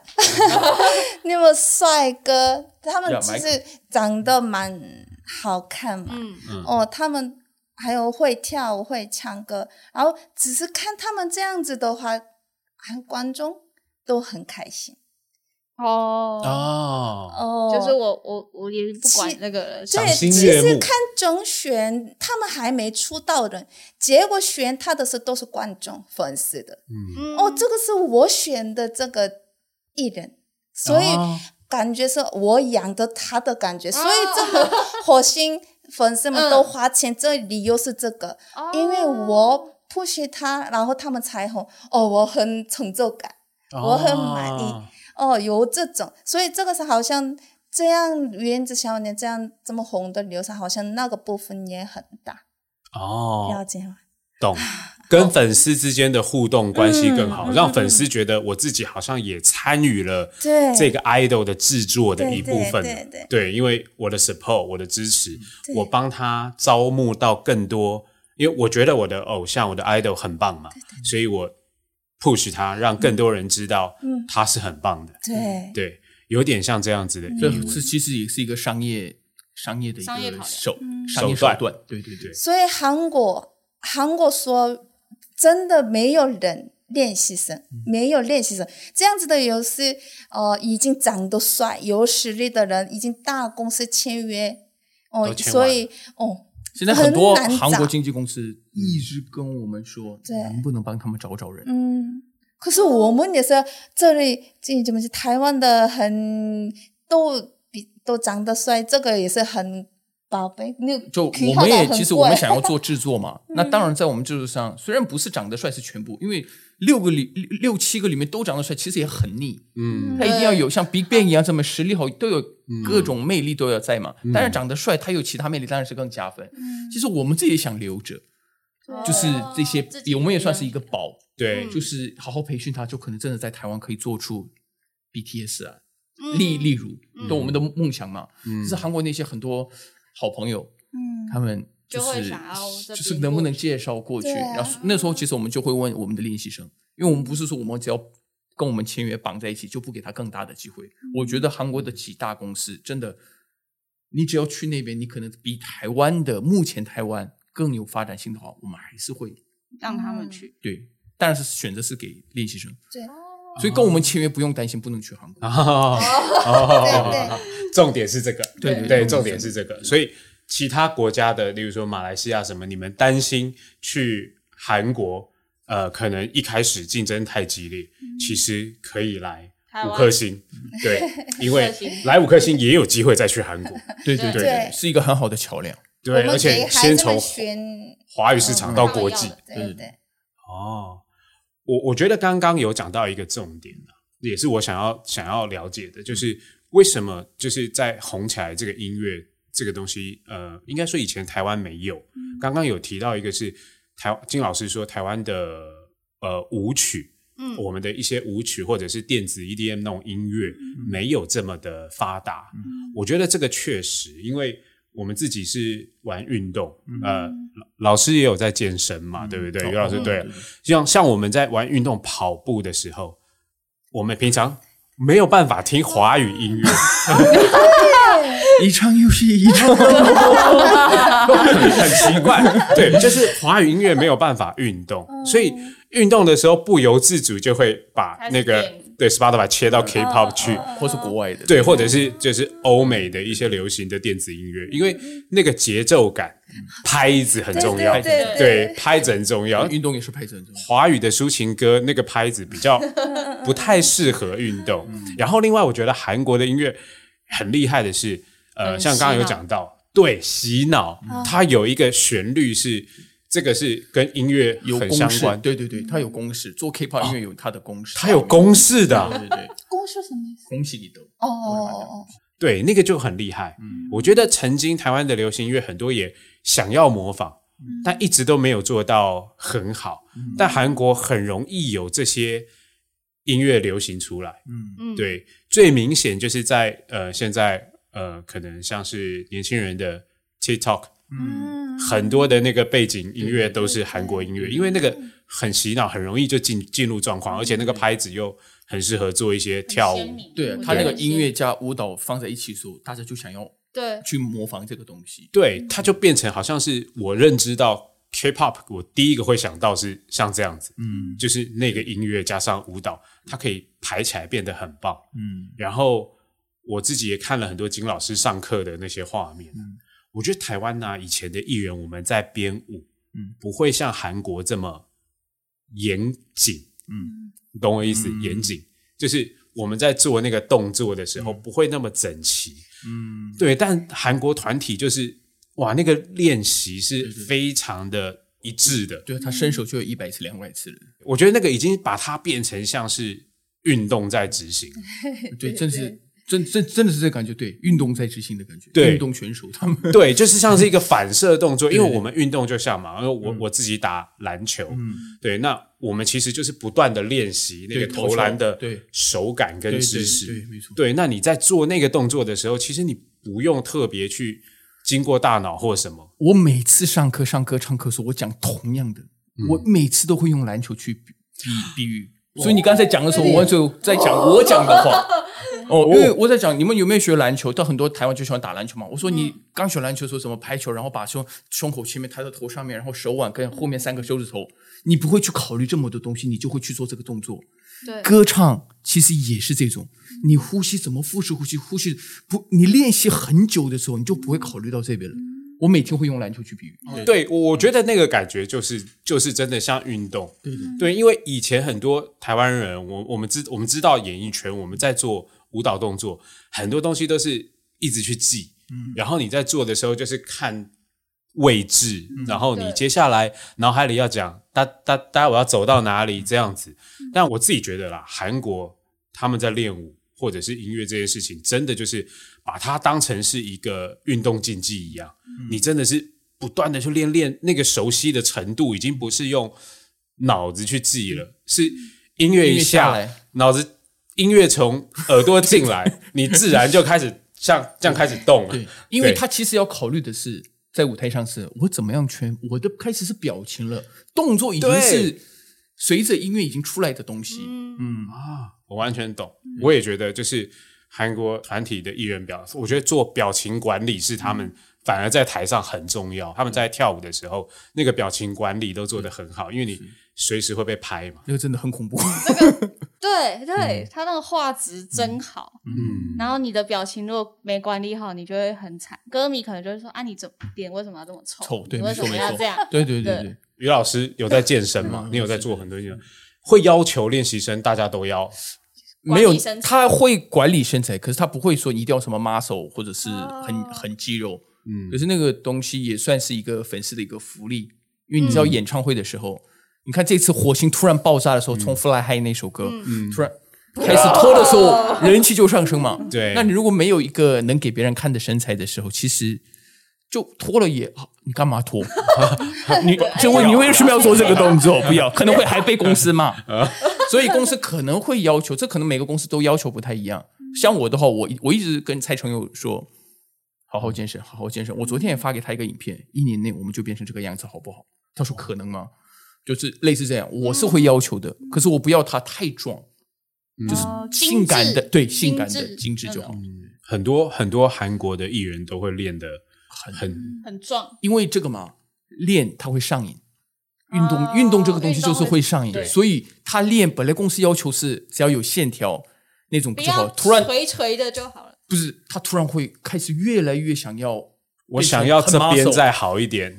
D: 那么帅哥，他们
C: Yeah,
D: 其实长得蛮好看嘛。
B: 嗯
D: 哦，他们还有会跳舞、会唱歌，然后只是看他们这样子的话，韩观众都很开心。
B: 哦，
A: 嗯哦，
D: 哦，
B: 就是我我我也不管
D: 其
B: 那个了，
A: 赏
D: 对，
A: 心
D: 其
A: 悦
D: 实
A: 目
D: 看中选他们还没出道的人，结果选他的是都是观众粉丝的。
A: 嗯
B: 嗯
D: 哦，这个是我选的这个艺人，所以
C: 哦
D: 感觉是我养的他的感觉，所以这么火星粉丝们都花钱，这理由是这个，因
B: 哦
D: 为我。不许他，然后他们才红哦，我很成就感我很满意
A: 哦
D: 哦，有这种，所以这个是好像这样原子少年这样这么红的流程，好像那个部分也很大，
A: 哦，
D: 了解吗？
A: 懂。跟粉丝之间的互动关系更好，
D: 嗯
A: 让粉丝觉得我自己好像也参与了
D: 对
A: 这个 idol 的制作的一部分了。
D: 对对对
A: 因为我的 support，我的支持，
D: 对
A: 我帮他招募到更多，因为我觉得我的偶像，我的 idol 很棒嘛，所以我 push 他，让更多人知道
D: 嗯
A: 他是很棒的。
D: 对，
A: 嗯对，有点像这样子的意
C: 这
A: 味。
C: 嗯是其实也是一个商业商业的一
B: 商业考
C: 个
B: 量
C: 手
D: 嗯
C: 商业
A: 手段
C: 段，对对对，
D: 所以韩国韩国说真的没有人练习生，
A: 嗯
D: 没有练习生这样子的游戏，哦呃，已经长得帅、有实力的人，已经大公司签约。哦
A: 都，签完
D: 所以哦，
C: 现在很多
D: 很难
C: 韩国
D: 找
C: 经纪公司一直跟我们说，
D: 对
C: 能不能帮他们找找人？
D: 嗯，可是我们也是这里这怎么是台湾的很都比都长得帅，这个也是很宝贝。那
C: 就
D: 皮
C: 我
D: 套
C: 们也
D: 的很
C: 其实我们
D: 贵
C: 想要做制作 嘛，那当然在我们制作上，虽然不是长得帅是全部，因为六个里六六七个里面都长得帅，其实也很腻。
A: 嗯
C: 他一定要有像 BigBang 一样这么实力好，都有各种魅力都要在嘛。
D: 嗯
C: 当然长得帅，他有其他魅力，当然是更加分。其实我们自己也想留着，就是
D: 嗯
C: 这些
B: 自己，
C: 我们也算是一个宝，
A: 对，
C: 就是好好培训他，就可能真的在台湾可以做出 BTS 啊，
B: 嗯
C: 例例如，懂我们的梦想嘛？
A: 嗯
C: 就是韩国那些很多好朋友，
D: 嗯
C: 他们就
B: 就会
C: 是
B: 想要这边
C: 就是能不能介绍过去？
D: 过去对啊
C: 然后那时候其实我们就会问我们的练习生，因为我们不是说我们只要跟我们签约绑在一起，就不给他更大的机会。
B: 嗯
C: 我觉得韩国的几大公司真的，你只要去那边，你可能比台湾的目前台湾更有发展性的话，我们还是会
B: 嗯让他们去。
C: 对，但是选择是给练习生，
D: 对
B: 哦
C: 所以跟我们签约不用担心不能去韩国。
A: 哦，
D: 对对
A: 哦，重点是这个，
C: 对
A: 对
C: 对对
A: 重点是这个。所以其他国家的，例如说马来西亚什么，你们担心去韩国，呃，可能一开始竞争太激烈，其实可以来
B: 台
A: 五
B: 湾
A: 颗星， 对，因为
B: 五颗星
A: 来五颗星也有机会再去韩国，
C: 对对
A: 对
D: 对
C: 是一个很好的桥梁。
A: 对，
D: 我
A: 而
D: 们给
A: 且
D: 孩
A: 先
D: 子
A: 从
D: 们选，
A: 华语市场
D: 嗯
A: 到国
B: 他们
A: 际
B: 要的，
D: 对
C: 嗯
D: 对，
A: 哦，我我觉得刚刚有讲到一个重点啊，也是我想要想要了解的，就是为什么就是在红起来这个音乐这个东西，呃，应该说以前台湾没有。刚刚有提到一个是台金老师说台湾的呃舞曲。
B: 嗯
A: 我们的一些舞曲或者是电子 EDM 那种音乐、没有这么的发达，我觉得这个确实，因为我们自己是玩运动，呃，老老师也有在健身嘛，对不对？于老师对，像像我们在玩运动跑步的时候，我们平常没有办法听华语音乐，
C: 一场又是一场，
A: 很奇怪， 对，就是华语音乐没有办法运动，
D: 嗯
A: 所以运动的时候不由自主就会把那
B: 开
A: 个
B: 始变
A: 对 Spotify 切
D: 嗯
A: 到 K-pop 去。
C: 或是国外的，
A: 对，或者是就是欧美的一些流行的电子音乐，因为那个节奏感、拍子很重要，
D: 嗯对对对
A: 对，拍子很重要
C: 运动也是拍摄很重要。
A: 华语的抒情歌那个拍子比 较不太适合运动。
C: 嗯
A: 然后另外，我觉得韩国的音乐很厉害的是，呃，
B: 嗯
A: 像刚刚有
B: 洗脑嗯
A: 讲到，对洗脑，它有一个旋律是这个是跟音乐
C: 有
A: 很
C: 公
A: 相
C: 式，
A: 关，啊
C: 对对对，它有公式，做 K-pop 音乐有它的公式，
A: 它有公式的。
B: 嗯
C: 对对对，
D: 公式什么意思？
C: 恭喜你都
D: 哦哦哦
A: 对，那个就很厉害。
C: 嗯
A: 我觉得曾经台湾的流行音乐很多也想要模仿，
C: 嗯
A: 但一直都没有做到很好。但韩国很容易有这些音乐流行出来。
B: 嗯，
A: 对，最明显就是在呃现在呃可能像是年轻人的 TikTok，
D: 嗯，
A: 很多的那个背景音乐都是韩国音乐，因为那个很洗脑，很容易就进进入状况，而且那个拍子又很适合做一些跳舞。
C: 对啊，它那个音乐加舞蹈放在一起的时候，大家就想要
B: 对
C: 去模仿这个东西。
A: 对，它就变成好像是我认知到 K-pop，我第一个会想到是像这样子，
C: 嗯
A: 就是那个音乐加上舞蹈，它可以排起来变得很棒。
C: 嗯，
A: 然后我自己也看了很多金老师上课的那些画面。
C: 嗯
A: 我觉得台湾呢、以前的艺人我们在编舞，
C: 嗯
A: 不会像韩国这么严谨，
C: 嗯，
A: 你懂我意思？
C: 嗯
A: 严谨就是我们在做那个动作的时候不会那么整齐，
C: 嗯，
A: 对。但韩国团体就是哇，那个练习是
C: 对
A: 非常的一致的，
C: 对，他伸手就有一百 次、两百次了。
A: 我觉得那个已经把它变成像是运动在执行，
C: 对，真是真真真的是这感觉，对，运动在执行的感觉，
A: 对
C: 运动选手他们，
A: 对，就是像是一个反射动作，因
C: 对
A: 为
C: 对
A: 我们运动就像嘛，因为
C: 嗯
A: 我、我自己打篮球，对，那我们其实就是不断的练习那
C: 对
A: 个投篮的
C: 投球对
A: 手感跟
C: 对对
A: 姿势，
C: 对没错
A: 对，那你在做那个动作的时候，其实你不用特别去经过大脑或什么，
C: 我每次上课上课上课的时候，我讲同样的，我每次都会用哦篮球去比比比喻。所以你刚才讲的时候，我就在讲我讲的话，
B: 对，
C: 哦，因为我在讲你们有没有学篮球？到很多台湾就喜欢打篮球嘛。我说你刚学篮球的时候怎么排球，然后把胸胸口前面抬到头上面，然后手腕跟后面三个手指头，你不会去考虑这么多东西，你就会去做这个动作。
B: 对，
C: 歌唱其实也是这种，你呼吸怎么腹式呼吸，呼吸不，你练习很久的时候，你就不会考虑到这边了。我每天会用篮球去比喻，
A: 对，我我觉得那个感觉就是就是真的像运动，对因为以前很多台湾人，我我们知我们知道演艺圈，我们在做舞蹈动作，很多东西都是一直去记，
C: 嗯
A: 然后你在做的时候就是看位置，
C: 嗯
A: 然后你
B: 对
A: 接下来脑海里要讲，哒哒哒，我要走到哪
C: 嗯
A: 里这样子。但我自己觉得啦，韩国他们在练舞或者是音乐这件事情，真的就是把它当成是一个运动竞技一样，
C: 嗯
A: 你真的是不断的去练练那个熟悉的程度，已经不是用脑子去记了，是音乐
C: 嗯音
A: 一
C: 乐下来
A: 脑子音乐从耳朵进 来，你自然就开始像这样开始动了
C: 对。，因为
A: 对
C: 他其实要考虑的是，在舞台上是我怎么样圈，我的开始是表情了，动作已经
A: 对
C: 是随着音乐已经出来的东西。嗯，
A: 我完全懂，我也觉得就是韩国团体的艺人表，我觉得做表情管理是他们反而在台上很重要。他们在跳舞的时候，那个表情管理都做得很好，因为你随时会被拍嘛。
C: 那个真的很恐怖。
B: 对
C: 嗯
B: 对，他那个画质真好。
A: 嗯，
B: 然后你的表情如果没管理好，你就会很惨。歌迷可能就会说：“啊，你怎么脸为什么要这么臭？
C: 丑对
B: 你
C: 没
B: 为什
C: 错
B: 么
C: 没
B: 要
C: 错
B: 这样？”
C: 对对
B: 对
C: 对，
A: 于老师有在健身吗？嗯你有在做很多健身，会要求练习生大家都要
C: 没有
B: 管理身材
C: 他会管理身材，可是他不会说一定要什么 muscle 或者是很、
B: 哦
C: 很肌肉。
A: 嗯
C: 可是那个东西也算是一个粉丝的一个福利，因为你知
B: 嗯
C: 道演唱会的时候，你看这次火星突然爆炸的
A: 嗯
C: 时候，从《Fly High》那首歌，
B: 嗯
C: 突然。开始拖的时
B: 哦
C: 候，人气就上升 嘛。
A: 对
C: 那你如果没有一个能给别人看的身材的时候，其实就拖了也，啊你干嘛拖？ 你就问你为什么要做这个动 作？不啊要，可能会还被公司 骂。所以公司可能会要求，这可能每个公司都要求不太一样。像我的话，我我一直跟蔡成佑说，好好健身，好好健身。我昨天也发给他一个影片，一年内我们就变成这个样子，好不好？他说可能吗？就是类似这样，我是会要求的，可是我不要他太壮，
A: 嗯
B: 就是
C: 性感的，对，性感的精致就好。
A: 很多很多韩国的艺人都会练得很
B: 很壮。
C: 因为这个嘛，练它会上瘾。运动、运动这个东西就是会上
B: 哦运动
C: 瘾，
B: 会
C: 所以他练本来公司要求是只要有线条那种
B: 不
C: 就好，
B: 要
C: 突然
B: 垂垂的就好了。
C: 不是他突然会开始越来越想要，
A: 我想要这边再好一点，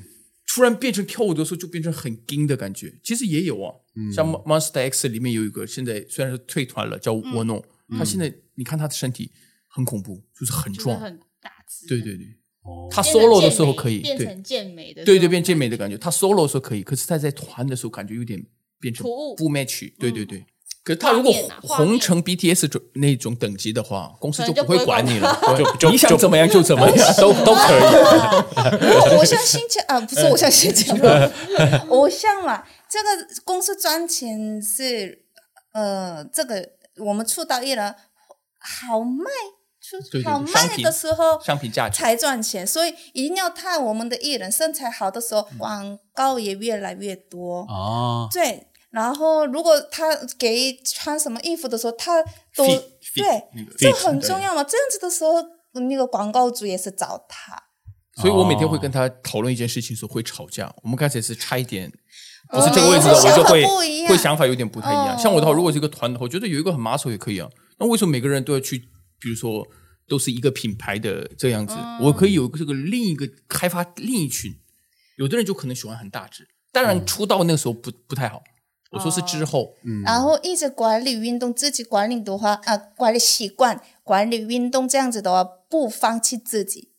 C: 突然变成跳舞的时候就变成很硬的感觉，其实也有啊，像 Monster X 里面有一个现在虽然是退团了叫
B: 嗯
C: 窝弄，他现在你看他的身体很恐怖，就是很
B: 就是
C: 壮，
B: 很大只，
C: 对对对，
A: 哦
C: 他
B: 变成健美，
C: solo 的时候可以，
B: 变
C: 对
B: 成健美的，
C: 对对，变健美的感觉。他 solo 的时候可以，可是他在团的时候感觉有点变成
B: 突兀嗯
C: 不 match。对对对。可是他如果
B: 画面啊画面
C: 红成 BTS 种那种等级的话，公司
B: 可
C: 就
B: 能就不
C: 不
B: 会
C: 会管你了，
A: 就就
C: 你想怎么样就怎么样，都都可以。
D: 我偶像新疆啊，不是偶像 新疆，偶像嘛，这个公司赚钱是呃，这个我们出道艺人好卖，出
C: 对对
D: 好
C: 商
D: 卖
C: 品
D: 的时候
C: 商品价值
D: 才赚钱，所以一定要看我们的艺人身材好的时候，广告也越来越多。
A: 哦，
D: 对，然后如果他给穿什么衣服的时候，他都
C: Fit-
D: 对
C: fit，那个
D: 这
C: fit，
D: 很
C: 对
D: 重要嘛。这样子的时候，那个广告主也是找他。
C: 所以我每天
D: 哦
C: 会跟他讨论一件事情，的时候会吵架。我们刚才是差一点，不是
D: 哦
C: 这个位置的，
D: 每个
C: 我就会
D: 人想法不一样
C: 会想法有点不太一样。
D: 哦
C: 像我的话，如果是一个团的话，我觉得有一个很马手也可以啊。那为什么每个人都要去，比如说都是一个品牌的这样子？
D: 哦
C: 我可以有这个另一个开发另一群，有的人就可能喜欢很大只，当然出道那个时候不
D: 嗯
C: 不太好。我说是之后，
D: 然后一直管理运动，自己管理的话，啊、管理习惯，管理运动这样子的话，不放弃自己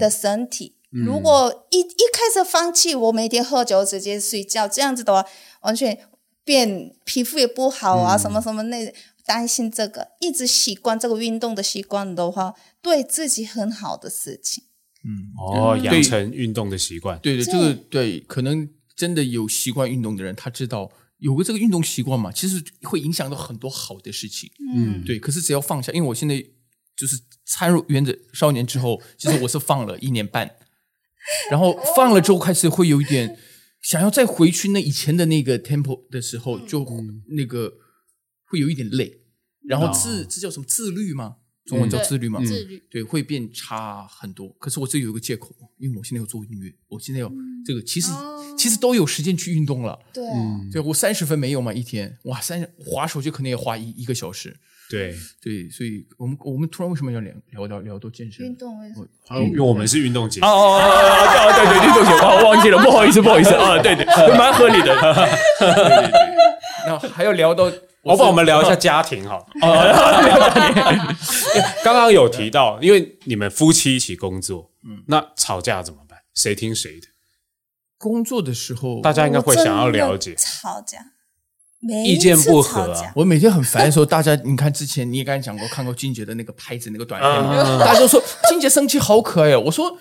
D: 的身体。如果一一开始放弃，我每天喝酒直接睡觉，这样子的话，完全变皮肤也不好啊，什么什么那担心这个，一直习惯这个运动的习惯的话，对自己很好的事情。
A: 哦，
C: 对
A: 养成运动的习惯，
C: 对对，这个对，可能真的有习惯运动的人，他知道有个这个运动习惯嘛，其实会影响到很多好的事情。
A: 嗯，
C: 对，可是只要放下，因为我现在就是参入原子少年之后，其实我是放了一年半，然后放了之后开始会有一点想要再回去那以前的那个 tempo 的时候，就那个会有一点累。然后
A: 哦
C: 自、这叫什么自律吗？中文叫
B: 对
C: 自律嘛，
B: 自律
C: 对，会变差很多。可是我这有一个借口，因为我现在要做音乐，我现在要这个，其实、
D: 哦
C: 其实都有时间去运动了。
D: 对，
A: 嗯，
C: 对，我三十分没有嘛一天，哇，三十划手机可能也划一一个小时。
A: 对，
C: 对，所以我们我们突然为什么要聊聊聊聊到健身？
D: 运动为什么？
A: 因为我们是运动节
E: 哦，哦哦哦哦，对对对，对不起，我忘记了，不好意思，不好意思啊，对对，蛮合理的。
C: 然后还要聊到，
A: 我帮我们聊一下家庭 好了。
C: 哦
A: 刚刚有提到，因为你们夫妻一起工作，
C: 嗯
A: 那吵架怎么办？谁听谁的？
C: 工作的时候，
A: 大家应该会想要了
D: 我
A: 解
D: 真的。吵架，每
A: 意
D: 一
A: 见
D: 次
A: 不合啊
D: 吵架
C: 我每天很烦的时候，大家你看之前你也刚才讲过，看过金姐的那个拍子那个短片
A: 嗯嗯
C: 嘛，大家都说金姐生气好可爱哦。我说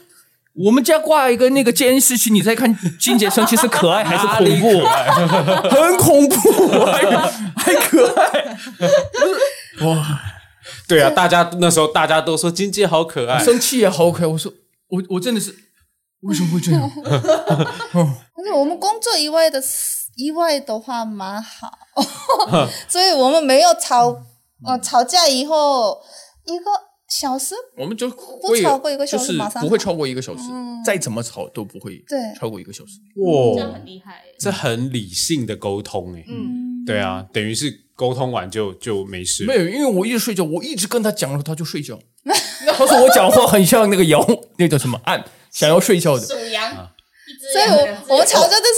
C: 我们家挂一个那个监视器，你在看金姐生气是可爱还是恐怖？ 很恐怖，
E: 哎
C: 还还可爱。
A: 对啊，大家那时候大家都说金姐好可
D: 哎
A: 爱，
C: 生气也好可爱。我说我我真的是为什么会这 样？
D: 可是我们工作以外的事以外的话蛮好，所以我们没有吵，呃，吵架以后一个小时，
C: 我们就
D: 不
C: 不
D: 超过一个小时
C: 就是
D: 马上
C: 不会超过一个小时，
D: 嗯
C: 再怎么吵都不会
D: 对
C: 超过一个小时。哦
B: 这样
A: 哇
B: 很，厉害耶。
A: 这很理性的沟通哎。
B: 嗯，
A: 对啊，等于是沟通完就就没事
C: 没。有，因为我一直睡觉，我一直跟他讲了，他就睡 觉。他说我讲话很像那个摇，那叫什么按想要睡 觉的。
B: 属
C: 啊
B: 羊，一只
D: 所以
B: 羊两只
D: 我我们吵
B: 羊
D: 架就是，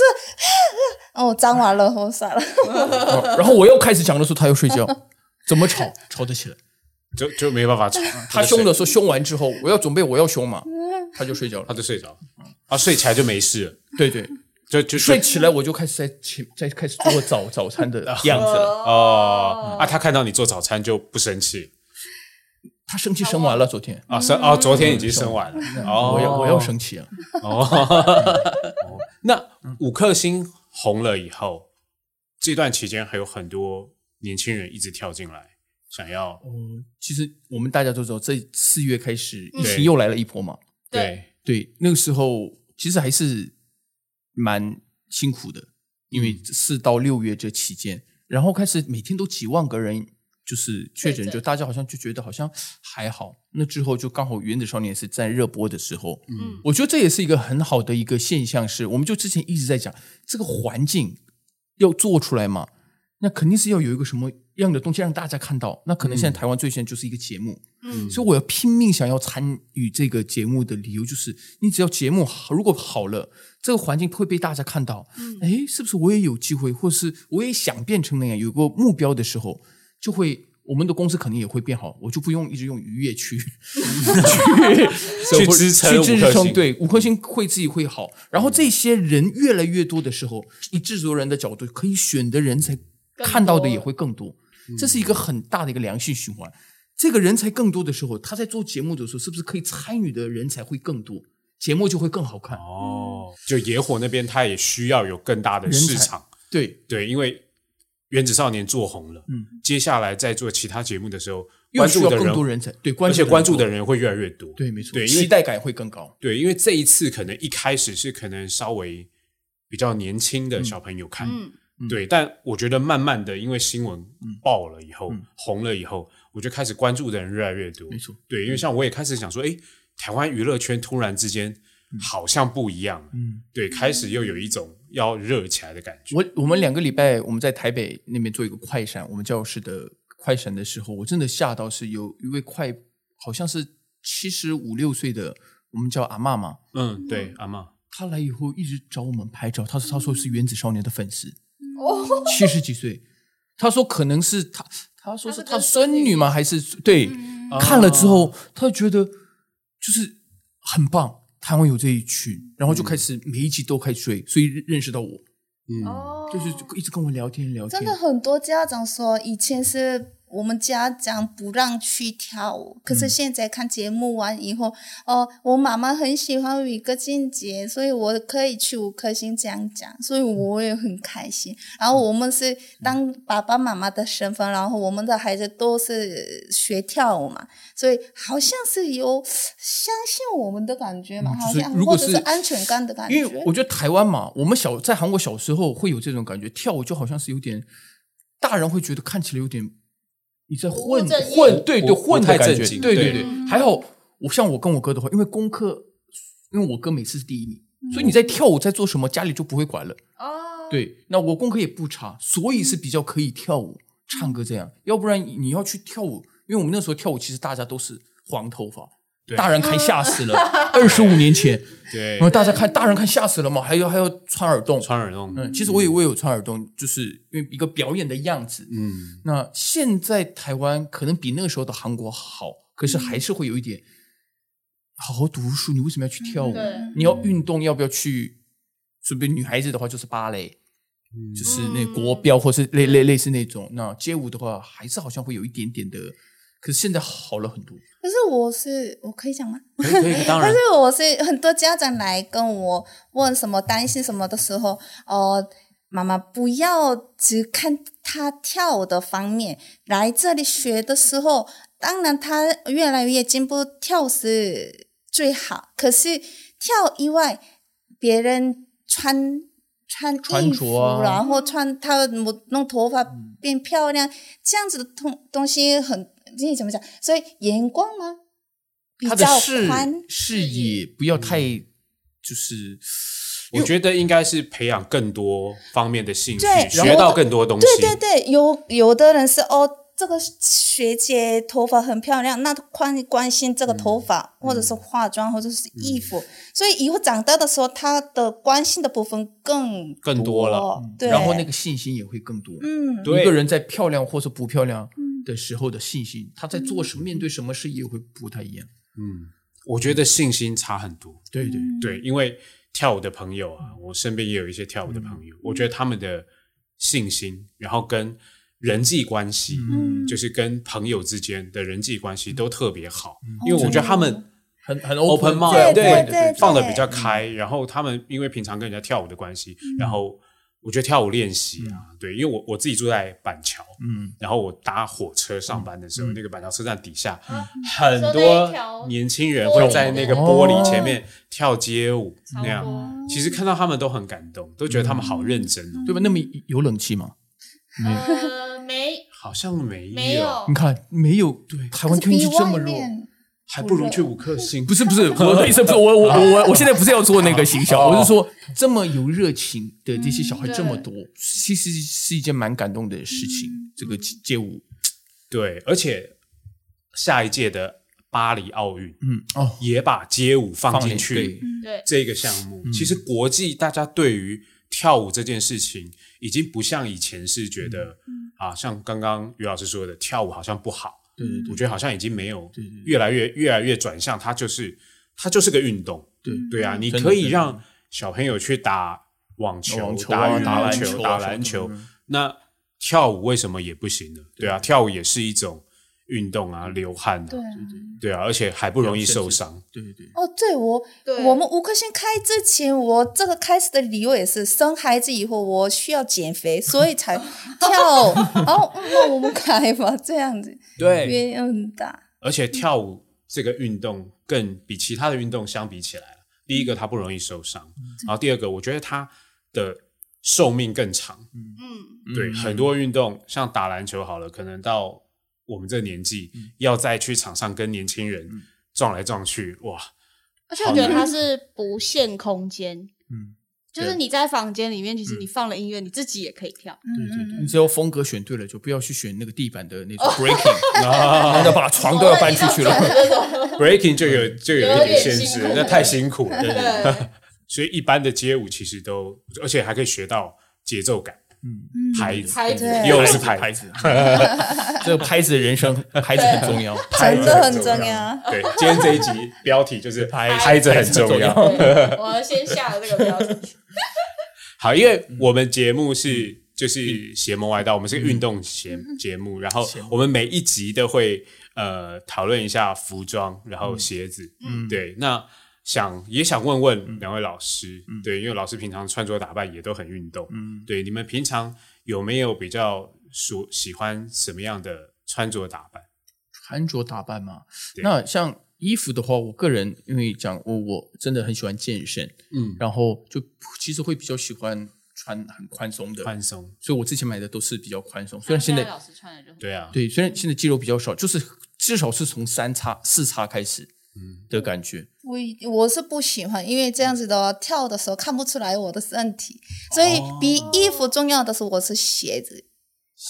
D: 哦，脏完了，我算了，
C: 哦然后我又开始讲的时候，他又睡觉， 怎么吵吵得起来？
A: 就就没办法吵。
C: 他凶的，时候，凶完之后，我要准备我要凶嘛，
D: 嗯
C: 他就睡觉
A: 他
C: 了。
A: 就睡着了，啊，睡起来就没事了，
C: 对 对，
A: 就就
C: 睡起来我就开始在起在开始做早早餐的 样子了。
A: 哦啊，他看到你做早餐就不生气
C: 他生气生完了，昨天
A: 啊，生哦，昨天已经生完了，哦，
C: 嗯我要我要生气啊！
A: 那五颗星红了以后，这段期间还有很多年轻人一直跳进来，想要
C: 哦，其实我们大家都知道，这四月开始疫
A: 对
C: 情又来了一波嘛。
A: 对
C: 对，那个时候其实还是蛮辛苦的，因为四到六月这期间，然后开始每天都几万个人就是确
B: 确
C: 诊，
B: 诊
C: 就大家好像就觉得好像还好。那之后就刚好《原子少年》是在热播的时候，
B: 嗯
C: 我觉得这也是一个很好的一个现象是，我们就之前一直在讲这个环境要做出来嘛，那肯定是要有一个什么样的东西让大家看到。那可能现在台湾最先就是一个节目，
B: 嗯
C: 所以我要拼命想要参与这个节目的理由就是，你只要节目好，如果好了，这个环境会被大家看到，哎、是不是我也有机会，或是我也想变成那样，有个目标的时候，就会我们的公司肯定也会变好，我就不用一直用愉悦 去去
A: 去支撑
C: 去
A: 五
C: 支
A: 颗
C: 撑，
A: 星
C: 对，五颗星会自己会好。然后这些人越来越多的时候，以制作人的角度，可以选的人才
B: 更
C: 看到的
B: 多
C: 也会更多，这是一个很大的一个良性循环。这个人才更多的时候，他在做节目的时候，是不是可以参与的人才会更多，节目就会更好看？
A: 哦，就野火那边他也需要有更大的
C: 人才
A: 市场，
C: 对，
A: 对，因为原子少年做红了，
C: 嗯，
A: 接下来在做其他节目的时候，
C: 又
A: 关
C: 需
A: 注
C: 要
A: 的
C: 更多
A: 人，
C: 人才，对，关
A: 而且
C: 注
A: 关注的
C: 人
A: 人会越来越多，
C: 多，对，没错，
A: 对因为
C: 期待感会更高。
A: 对，因为这一次可能一开始是可能稍微比较年轻的小朋友看，
B: 嗯
A: 对，但我觉得慢慢的，因为新闻
C: 嗯
A: 爆了以后，红了以后，我就开始关注的人越来越多。
C: 没错，嗯
A: 对，因为像我也开始想说，哎，台湾娱乐圈突然之间好像不一样了，
C: 嗯，
A: 对，开始又有一种要热起来的感觉。
C: 我我们两个礼拜我们在台北那边做一个快闪，我们教室的快闪的时候，我真的吓到是有一位快好像是七十五六岁的，我们叫阿嬷嘛，
A: 嗯，对，阿
D: 哦
A: 妈，
C: 她来以后一直找我们拍照，她说她说是原子少年的粉丝，
B: 哦，
C: 七十几岁，她说可能是她她说
B: 她是
C: 是她
B: 跟
C: 孙
B: 孙
C: 女
B: 女
C: 吗？还是对、
A: 哦
C: 看了之后，她觉得就是很棒，台湾有这一群，然后就开始每一集都开始追，所以认识到我，
A: 嗯，
B: 哦
C: 就是就一直跟我聊天聊天，
D: 真的很多家长说，以前是我们家长不让去跳舞，可
C: 嗯
D: 是现在看节目完以后，哦，我妈妈很喜欢五个境界，所以我可以去五颗星这样讲，所以我也很开
C: 嗯
D: 心。然后我们是当爸爸妈妈的身份，然后我们的孩子都是学跳舞嘛，所以好像是有相信我们的感觉嘛，好
C: 嗯就是
D: 像
C: 如
D: 或
C: 果
D: 者
C: 是
D: 是安全感的感
C: 因
D: 觉。
C: 为我觉得台湾嘛，我们小在韩国小时候会有这种感觉，跳舞就好像是有点大人会觉得看起来有点你在混
B: 不务正业
C: 混，对对
A: 不
C: 混
A: 不
C: 的
A: 太
C: 感
A: 正
C: 觉，
A: 经
C: 对对
D: 嗯
A: 对
C: 对。还好，我像我跟我哥的话，因为功课，因为我哥每次是第一名，所以你在跳舞在做什么，家里就不会管
D: 嗯
C: 了。
B: 哦，
C: 对，那我功课也不差，所以是比较可以跳舞、唱歌这样。要不然你要去跳舞，因为我们那时候跳舞其实大家都是黄头发，
A: 对
C: 大人看吓死了。二十五年前，
A: 对
C: 然，后大家看大人看吓死了嘛，还要还要穿耳洞。
A: 穿耳洞，
C: 嗯，其实我也我也有穿耳洞，就是因为一个表演的样子。
A: 嗯，
C: 那现在台湾可能比那个时候的韩国好，可是还是会有一点，好好读书，你为什么要去跳舞？
D: 嗯
B: 对
C: 你要运动，要不要去？随便女孩子的话就是芭蕾，
A: 嗯
C: 就是那国标或是类类类似那种。那街舞的话，还是好像会有一点点的，可是现在好了很多。
D: 可是我是我可以讲吗？
A: 可以可以，当
C: 啊
D: 但
A: 然
D: 是我是很多家长来跟我问什么担心什么的时候，呃，妈妈不要只看他跳舞的方面，来这里学的时候，当然他越来越进步，跳舞是最好。可是跳以外，别人穿穿
C: 穿
D: 衣
C: 着
D: 服，
C: 啊
D: 然后穿他弄弄头发
C: 嗯
D: 变漂亮，这样子的东东西很，你怎么讲？所以眼光呢？比
C: 他的
D: 较
C: 视
D: 宽，
C: 视野不要太，就是
A: 我觉得应该是培养更多方面的兴趣，
D: 对然后
A: 学到更多东西。
D: 对对对，有有的人是哦，这个学姐头发很漂亮，那关关心
C: 嗯
D: 这个头发，或者是化妆，或者是衣服，所以以后长大的时候，她的关心的部分更
A: 更多了
D: 对，
C: 嗯然后那个信心也会更多。
D: 嗯，
A: 对
C: 一个人在漂亮或是不漂亮的时候的信心，他在做
D: 嗯
C: 什么、面对什么事也会不太一样。
A: 嗯，我觉得信心差很多。
C: 对对，
D: 嗯
A: 对，因为跳舞的朋友啊，我身边也有一些跳舞的朋友，我觉得他们的信心，然后跟人际关系，
D: 嗯
A: 就是跟朋友之间的人际关系都特别好，因为我觉得他们
C: 很很
A: open
C: mind，
A: mind，
D: 对
A: 对
D: 对对
A: 放的比较开，然后他们因为平常跟人家跳舞的关系，然后我觉得跳舞练习啊，对，因为我我自己住在板桥，
C: 嗯，
A: 然后我搭火车上班的时候，那个板桥车站底下、
B: 嗯
A: 很
B: 说那一
A: 多
B: 条
A: 年轻人会在那个玻璃前面跳街舞、
B: 超
A: 那样。
B: 多
A: 其实看到他们都很感动，都觉得他们好认真
B: 嗯
A: 哦。
C: 对吧？那么有冷气吗？
B: 呃，没
A: 好像没
B: 没有
C: 你，看没有，对，台湾天气这么
D: 可
C: 热
D: 是比外，面
A: 还不如去五颗星。
C: 不是不是，我的意思不是我我我我我现在不是要做那个形象，
A: 哦
C: 我是说这么有热情的这些小孩
B: 嗯对
C: 这么多，其实是一件蛮感动的事情。
D: 嗯
C: 这个街街舞，
A: 对，而且下一届的巴黎奥运
C: 嗯哦，
A: 也把街舞放
C: 放
A: 进
C: 进
A: 去
C: 去，
B: 对，
A: 这个项
C: 嗯
A: 目。其实国际大家对于跳舞这件事情，已经不像以前是觉得啊，像刚刚于老师说的，跳舞好像不好。
C: 嗯对对
A: 我
C: 对
A: 觉得好像已经没有
C: 对对，
A: 越来越越来越转向，它就是它就是个运动。
C: 对
A: 对啊，你
C: 嗯真的
A: 可以
C: 真的
A: 让小朋友去打网球
C: 网、球
A: 打
C: 啊
A: 羽
C: 打
A: 毛
C: 篮
A: 球、
C: 球
A: 打
C: 啊
A: 篮
C: 什么
A: 球
C: 的。
A: 那跳舞为什么也不行呢？对啊，跳舞也是一种运动啊，流汗
D: 对
A: 啊，对啊，而且还不容易受伤。
C: 对对对，
D: 哦，对我
B: 对
D: 我们五颗星开之前，我这个开始的理由也是生孩子以后我需要减 肥，所以才跳舞。哦，嗯那我们开吧，这样子
A: 对，
D: 原因很大。
A: 而且跳舞这个运动更比其他的运动相比起来第一个它不容易受伤，
B: 嗯
A: 然后第二个我觉得它的寿命更长。
B: 嗯，
A: 对，
C: 嗯
A: 很多运动像打篮球好了，可能到我们这年纪，
C: 嗯
A: 要再去场上跟年轻人撞来撞去， 哇，
B: 而且我觉得它是不限空间，
C: 嗯，
B: 就是你在房间里面，
A: 嗯
B: 其实你放了音乐，你自己也可以跳。
C: 对对对，
D: 嗯
C: 你只要风格选对了，就不要去选那个地板的那种 breaking，然后把床都要搬出去了。
B: 哦
A: breaking 就有就有一点限
B: 有点辛
A: 制
B: 苦，
A: 那太辛苦
B: 对
A: 了。所以一般的街舞其实都，而且还可以学到节奏感，
C: 嗯，
A: 拍子
B: 拍子
D: 对
A: 又是
C: 拍
A: 拍子，
C: 子， 这个拍子的人生拍子很重要，
A: 拍
D: 真
A: 子
D: 的很
A: 重
D: 重要。
A: 对，今天这一集标题就是
C: 拍
A: 拍子很重
C: 重
A: 要。
B: 对我先下了这个标准。
A: 好，因为我们节目是就是邪门歪道，我们是个运动节节目，然后我们每一集都会呃讨论一下服装，然后鞋子，嗯，对，那。想也想问问两位老师，对，因为老师平常穿着打扮也都很运动，嗯，对，你们平常有没有比较所喜欢什么样的穿着打扮？
C: 穿着打扮嘛。
A: 对
C: 那像衣服的话，我个人因为讲我我真的很喜欢健身，
A: 嗯
C: 然后就其实会比较喜欢穿很宽松的，
A: 宽松，
C: 所以我之前买的都是比较宽松。虽然现在
B: 老师穿的就很
A: 对啊，
D: 哦
C: 对，虽然现在肌肉比较少，就是至少是从三叉、四叉开始
A: 嗯，
C: 的感觉。
D: 我我是不喜欢，因为这样子的话
C: 嗯
D: 跳的时候看不出来我的身体，所以
C: 哦
D: 比衣服重要的是我是鞋子，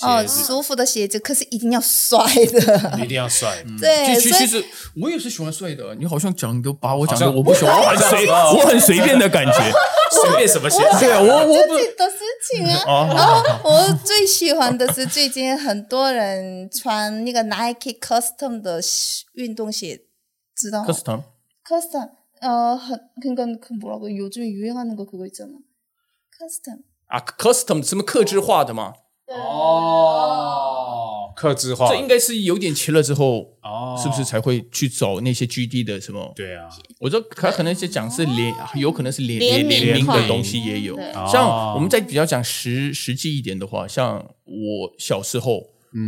D: 哦，
A: 鞋子
D: 舒服的鞋子，可是一定要帅的，
A: 一定要帅，
D: 对，
C: 嗯其实
D: 所
C: 其
D: 以
C: 实我也是喜欢帅的，你好像讲都把我讲
A: 好
C: 的
A: 像
C: 我不喜欢，我
E: 很随，
C: 啊
E: 我很随便的感觉。
A: 随便什么鞋
C: 对啊，我我不
D: 自己的事情啊。
C: 哦，
D: 然后我最喜欢的是最近很多人穿那个 Nike Custom 的鞋运动鞋，知道吗
C: custom
D: ？Custom 어很그러니까그뭐라고요즘에유행하는거그거있잖아 Custom
C: 啊，custom 什么克制化的嘛？
A: 哦，克制化，
C: 这应该是有点齐了之后，
A: 哦，
C: 是不是才会去走那些 GD 的什么？
A: 对啊，
C: 我知道他可能是讲是联，有可能是
B: 哦
C: 联
B: 联
C: 联
B: 名
C: 联名
A: 款
C: 的东西也有
B: 对。
C: 像我们再比较讲实实际一点的话，像我小时候，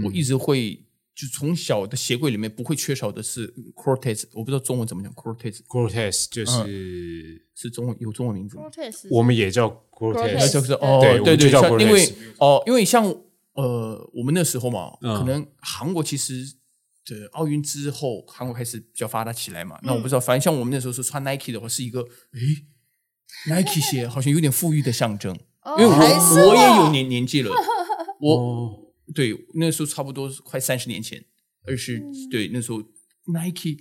C: 我一直会就从小的鞋柜里面不会缺少的是 Cortez，我不知道中文怎么讲，Cortez
A: Cortez 就是
C: 是中文有中文名字吗？
B: Protest
A: 我们也叫
C: 然后
A: Cortez，
B: Cortez
C: 就是哦，
A: 对我
C: 对
A: 们就叫
C: 像
A: Cortez
C: 因为哦，因为像呃，我们那时候嘛，
A: 嗯
C: 可能韩国其实的奥运之后，韩国开始比较发达起来嘛。那
D: 嗯
C: 我不知道，反正像我们那时候是穿 Nike 的话，是一个诶 Nike 鞋好像有点富裕的象征，因为
D: 还是
C: 我
D: 哦
C: 我也有年年纪了，我
A: 哦
C: 对那时候差不多是快三十年前，二十
D: 嗯
C: 对那时候 Nike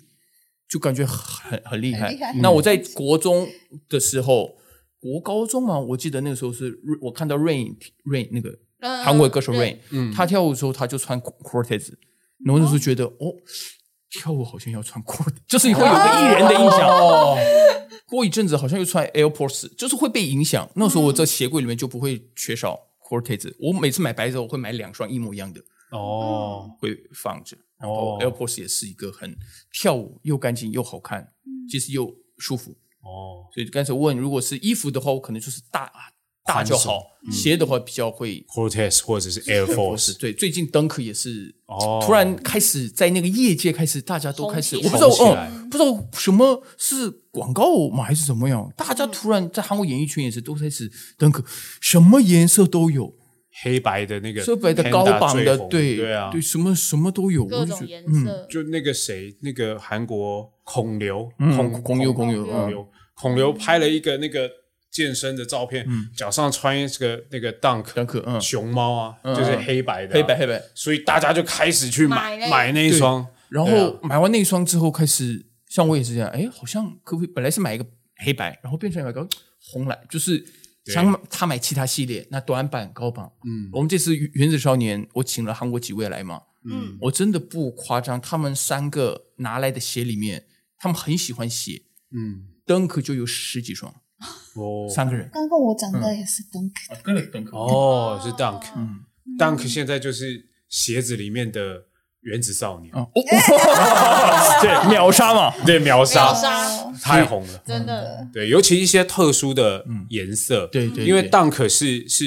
C: 就感觉很很厉害
D: 很厉害。嗯
C: 那我在国中的时候，国高中嘛，我记得那个时候是我看到 Rain Rain 那个
B: 嗯
C: 韩国歌手
B: 嗯
C: Rain，、
A: 嗯
C: 他跳舞的时候他就穿 Cortez，然后那时候觉得哦跳舞好像要穿 Cortez，就是 会有一个艺人的印象。哦 过一阵子好像又穿 AirPods，就是会被影响。那时候我在鞋柜里面就不会缺少 Cortez，我每次买白色我会买两双一模一样的，
A: 哦，
C: 会放着。然
A: 哦
C: 后 AirPods 也是一个很跳舞又干净又好看，其实又舒服。
A: 哦，
C: 所以刚才问，如果是衣服的话，我可能就是大大
A: 宽
C: 就
A: 松
C: 好；鞋的话比较会
A: Cortez 或者是 Air Force，
C: 对，最近登克也是
A: 哦
C: 突然开始在那个业界开始，大家都开始，我
B: 红
C: 不
B: 起
C: 知
A: 来
C: 道
A: 红起来
C: 哦，不知道什么是广告嘛还是怎么样，大家突然在韩国演艺圈也是都开始登克，什么颜色都有，
A: 黑白的那个
C: 色白的、
A: Panda
C: 高榜
A: 最
C: 的，
A: 红
C: 对
A: 对啊，
C: 对，什么什么都有，
B: 各
C: 我就
B: 种
C: 觉得
B: 颜
C: 嗯，
B: 色，
A: 就那个谁，那个韩国孔刘，
C: 嗯
A: 孔
C: 孔刘孔刘嗯
A: 孔刘，孔刘拍了一个那个健身的照片，脚上穿一个那个 Dunk
C: 登克嗯，
A: 熊猫啊，就是黑白的啊，
C: 黑白黑白。
A: 所以大家就开始去买
B: 买那个
A: 买那一双，
C: 然
A: 对啊
C: 后买完那一双之后，开始像我也是这样，哎，好像可不可以？本来是买一个黑白，然后变成买个红蓝，就是想买他买其他系列，那短板、高板。
A: 嗯
C: 我们这次原原子少年，我请了韩国几位来嘛，
B: 嗯，
C: 我真的不夸张，他们三个拿来的鞋里面，他们很喜欢鞋，
A: 嗯，
C: 登克就有十几双，
A: 哦
C: 三个人。
D: 刚刚我讲
C: 嗯
D: 的也是 Dunk，
C: 跟了登克，
A: 哦，是 Dunk，
C: 嗯
A: Dunk 现在就是鞋子里面的原子少年，
C: 哦，对，秒杀嘛。
A: 对，秒
C: 啊
A: 杀
B: 秒杀
A: 太红了。
B: 真的
A: 对，尤其一些特殊的颜色，
C: 嗯对对对
A: 因为 Dunk 是是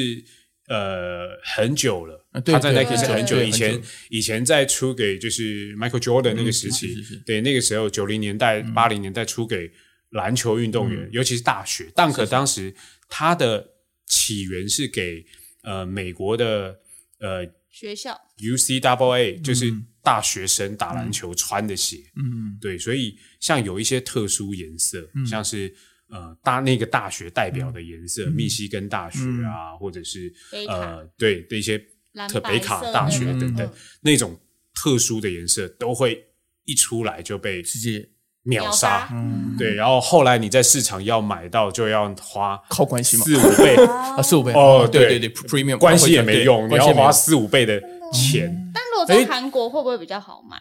A: 呃很久了
C: 啊，对
A: 他在
C: 对
A: Nike 是很久，
C: 对对
A: 以前
C: 很久嗯
A: 以前在出给就是 Michael Jordan 那个时期
C: 是是嗯是，
A: 对那个时候九零年代八零年代出给篮球运动
C: 嗯
A: 员，尤其是大学 Dunk 当时它的起源是给呃美国的呃
B: 学校
A: UCAA 就是大学生打篮球穿的鞋，
C: 嗯，
A: 对，所以像有一些特殊颜色，像是呃大那个大学代
C: 嗯
A: 表的颜色，密西根大学啊，或者是
B: 北卡
A: 呃对的一些
B: 蓝
A: 特
B: 白
A: 北卡
B: 色
A: 大
B: 的
A: 学
B: 那嗯
A: 等等
C: 嗯
B: 种
A: 那种特殊的颜色，都会一出来就被
C: 直接
A: 秒
B: 杀
A: 杀。，嗯对，然后后来你在市场要买到，就要花
C: 靠 关系嘛，
A: 四五倍，
C: 啊，四五倍
A: 哦
C: 对
A: 对
C: 对，premium
A: 关系也没用，你
C: 关系
A: 要
C: 也没
A: 花
C: 用
A: 四五倍的钱，
B: 但如果在韩国会不会比较好买？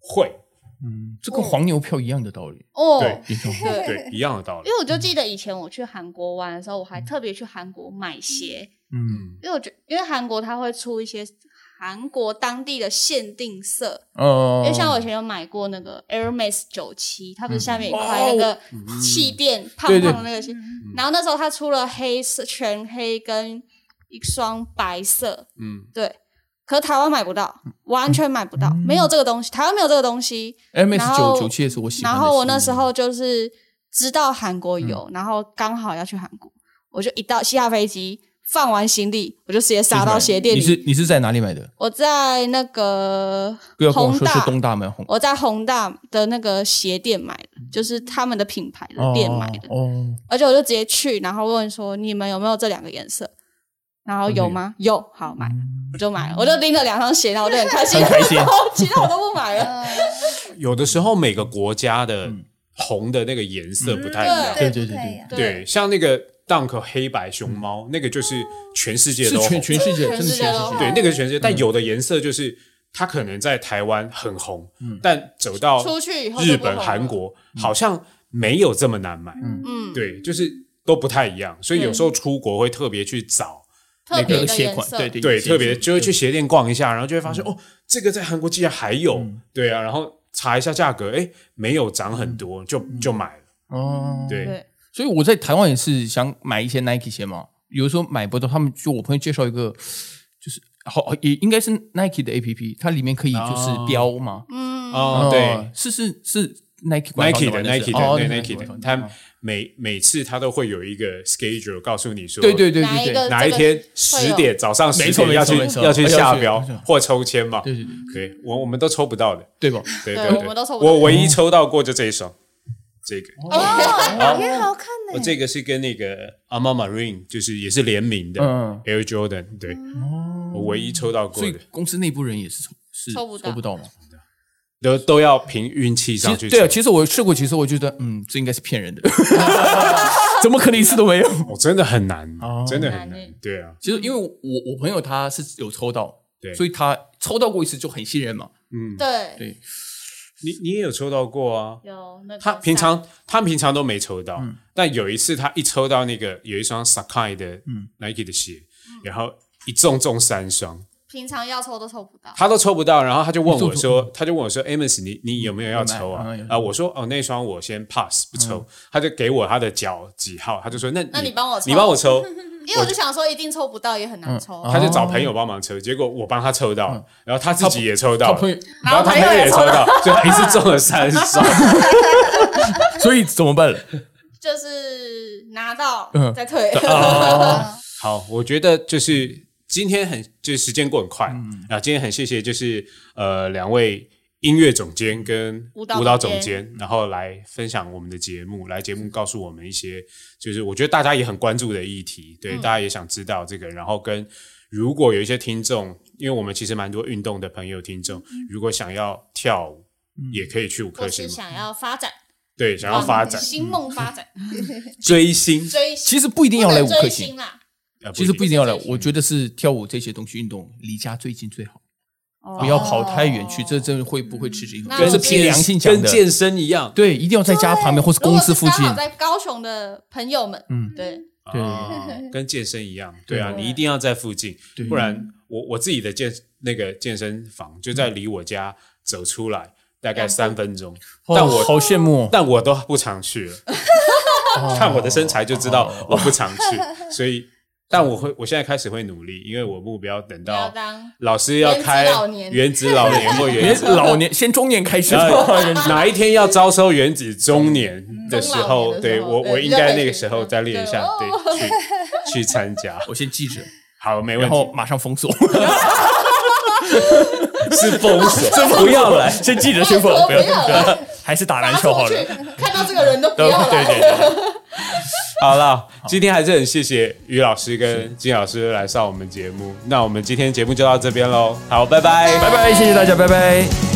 A: 会
C: 嗯这跟黄牛票一样的道理。
B: 哦，
A: 对
C: 你看
B: 对
A: 对一样的道理
B: 因。为我
C: 嗯
B: 就记得以前我去韩国玩的时候，我还特别去韩国买鞋，
C: 嗯
B: 因为我觉因为韩国它会出一些韩国当地的限定色，
C: 哦嗯
B: 因为像我以前有买过那个 Hermes 九七，它不是下面有一块那个气垫胖
C: 哦对对嗯
B: 胖的那个鞋，然后那时候它出了黑色全黑跟一双白色，
A: 嗯，
B: 对，可是台湾买不到，
C: 嗯
B: 完全买不到，没有这个东西，台湾没有这个东西，然
C: MS
B: 后
C: 九九七也是我喜欢
B: 然
C: 的。嗯
B: 后我那时候就是知道韩国有，然后刚好要去韩国，我就一到下飞机放完行李，我就直接杀到鞋店
C: 你
B: 里。
C: 是你是在哪里买的？
B: 我在那个
C: 不要跟我
B: 宏
C: 说是
B: 大，
C: 东大门红
B: 我在宏大的那个鞋店买的，就是他们的品牌的店买的。
C: 嗯哦哦，
B: 而且我就直接去，然后问说你们有没有这两个颜色？然后有
C: 嗯
B: 吗？有，好买，我就买了，我就拎了两双鞋，然后我就很开心，
C: 很开心
B: 然后其他 我都不买了。
D: 呃
A: 有的时候每个国家的
C: 嗯
A: 红的那个颜色不太一
B: 嗯
A: 样，
C: 对对对
D: 对
C: 对
D: 对，
A: 对，像那个 Dunk 黑白熊猫，那个就是全世界
C: 是
A: 都红
C: 全全世界，
B: 全
C: 真的
B: 世
C: 全
B: 界
C: 世界
B: 都。红
A: 对，那个全世界，但有的颜色就是它可能在台湾很红，
C: 嗯
A: 但走到
B: 出去以后就不
A: 日本、
B: 红了
A: 韩国好像没有这么难买，
B: 嗯，
A: 对，就是都不太一样，所以有时候出国会特别去找。
B: 特别
C: 那
B: 的
C: 个鞋
B: 颜
C: 款，
B: 色，
C: 对对
A: 对，
C: 鞋
A: 特别
C: 款
A: 就会去
C: 对
A: 鞋店逛一下，然后就会发现、
B: 嗯
A: 哦，这个在韩国竟然还有，对啊，然后查一下价格，哎，没有涨很多，就就买了，
C: 哦，
A: 对，
B: 嗯对
C: 所以我在台湾也是想买一些 Nike 鞋嘛，有的时候买不到，他们就我朋友介绍一个，就是好也应该是 Nike 的 A P P，它里面可以就是标嘛，
B: 嗯，
A: 哦，对。，
C: 是是是 Nike 官方
A: Nike 的
C: 吗那是
A: Nike 的
C: 哦
A: 对
C: 那是哦
A: Nike 的
C: 官方，
A: 他每每次他都会有一个 schedule 告诉你说，
C: 对对对
B: 哪一
C: 对
B: 个
C: 对。
A: 哪一天十点早上
C: 没
A: 十
C: 错
A: 点
C: 没错
A: 要去
C: 没错
A: 要去
C: 要去
A: 下标
C: 没错
A: 或抽签嘛，
C: 对对
A: 对，我我们都抽不到的，
C: 对对吧？
A: 对
B: 对
A: 对，
B: 我们都抽不到
A: 我唯一抽到过就这一双，这个
D: 哦，也好看
A: 我
D: 呢。
A: 这个是跟那个 Ama Marine 就是也是联名的，
C: 嗯
A: Air Jordan，对，
B: 哦
A: 我唯一抽到过
C: 所以
A: 的，
C: 公司内部人也是抽是
B: 抽不到
C: 抽不到嘛。
A: 都都要凭运气上
C: 其
A: 去
C: 实
A: 抽。
C: 对啊，其实我试过，其实我觉得嗯，这应该是 骗人的，怎么可能一次都没有？
A: 哦，真的很难，
C: 哦
A: 真的很
B: 难
A: 难
B: 欸。
A: 对啊，
C: 其实因为我我朋友他是有抽到，
A: 对
C: 所以他抽到过一次就很信任嘛。
A: 嗯，
B: 对，
C: 对，
A: 你你也有抽到过啊？
B: 有那个
A: 他平常他平常都没抽到，
C: 嗯
A: 但有一次他一抽到那个有一双 Sakai 的
C: 嗯
A: Nike 的鞋，
B: 嗯
A: 然后一中中三双，
B: 平常要抽都抽不到，
A: 他都抽不到，然后他就问
C: 你中嗯
A: 我说，他就问我说，Amos，你你有没有要抽
C: 有买
A: 啊
C: 嗯嗯有？嗯
A: 啊，我说哦，那双我先 pass 不抽，他就给我他的脚几号，他就说那
B: 那你帮我抽
A: 你帮我 抽。
B: 因为我就想说一定抽不到，也很难抽。
C: 嗯啊
A: 他就找朋友帮忙抽，结果我帮他抽到，然后他自己也抽到
C: 哦他，朋友，
A: 然后他朋友也抽到，所以他一次中了三双。
C: 所以怎么办？
B: 就是拿到
C: 嗯
B: 再退，
A: 好，我觉得就是今天很，就是时间过很快，
C: 嗯
A: 然后今天很谢谢就是呃两位音乐总监跟
B: 舞蹈
A: 舞蹈
B: 总
A: 总
B: 监
A: 监，然后来分享我们的节目，来节目告诉我们一些就是我觉得大家也很关注的议题，
B: 嗯
A: 对，大家也想知道这个，然后跟如果有一些听众，因为我们其实蛮多运动的朋友听众，如果想要跳舞。
C: 嗯
A: 也可以去五
B: 嗯或
A: 颗星
B: 是
A: 嘛，
B: 想要发展，
A: 对，想要发展
B: 星梦发展，
A: 追星，
B: 追
C: 嗯其实不一定要来五颗
B: 追
C: 星
B: 星，啦，
A: 呃
C: 其实不一定要来。
B: 不一定
C: 我觉得是跳舞这些东西，运动离家最近最好，不要跑太远去，这真的会不会吃这一
B: 哦
C: 口？
B: 那
C: 这是
B: 我
C: 凭
A: 健
C: 良心讲
A: 跟
C: 的，
A: 健身一样，
C: 对，一定要在家旁边或是
B: 如
C: 公
B: 果
C: 司
B: 是
C: 附
B: 刚
C: 近
B: 好。在高雄的朋友们，
C: 嗯
B: 对，
C: 对
A: 啊跟健身一样，对啊，
B: 对
A: 你一定要在附近
C: 对，
A: 不然我我自己的健那个健身房就在离我家走出来大概三分钟，
C: 哦
A: 但我
C: 好羡慕哦，
A: 但我都不常去了，
C: 哦
A: 看我的身材就知道我不常 去，所以但我会我现在开始会努力，因为我目标等
B: 不要
A: 到
B: 当
A: 老师要开
B: 啊原子老年
A: 原子老年或原
C: 连
A: 子。
C: 哦老年先中年 开始，
A: 然后哪一天要招收原子中年的时
B: 嗯中老
A: 候，
B: 年的
A: 对
B: 时候
A: 我
B: 对
A: 我应该那个时
B: 你
A: 候
B: 就可以去
A: 再练一下，
B: 对哦
A: 对，去去参 加。
C: 我先记着，
A: 好，没问
C: 然
A: 题。
C: 后马上封锁，
A: 是封锁， 不要来。
C: 先记着，先封，
B: 拜托
C: 不要
B: 不要
C: 不要， 还是打篮球好
B: 发出
C: 了。
B: 去看到这个人都不
C: 对
B: 要了，
C: 对对，
A: 好了，今天还是很谢谢于老师跟金老师来上我们节目。那我们今天节目就到这边喽，好，拜拜
C: 拜拜，谢谢大家，拜拜。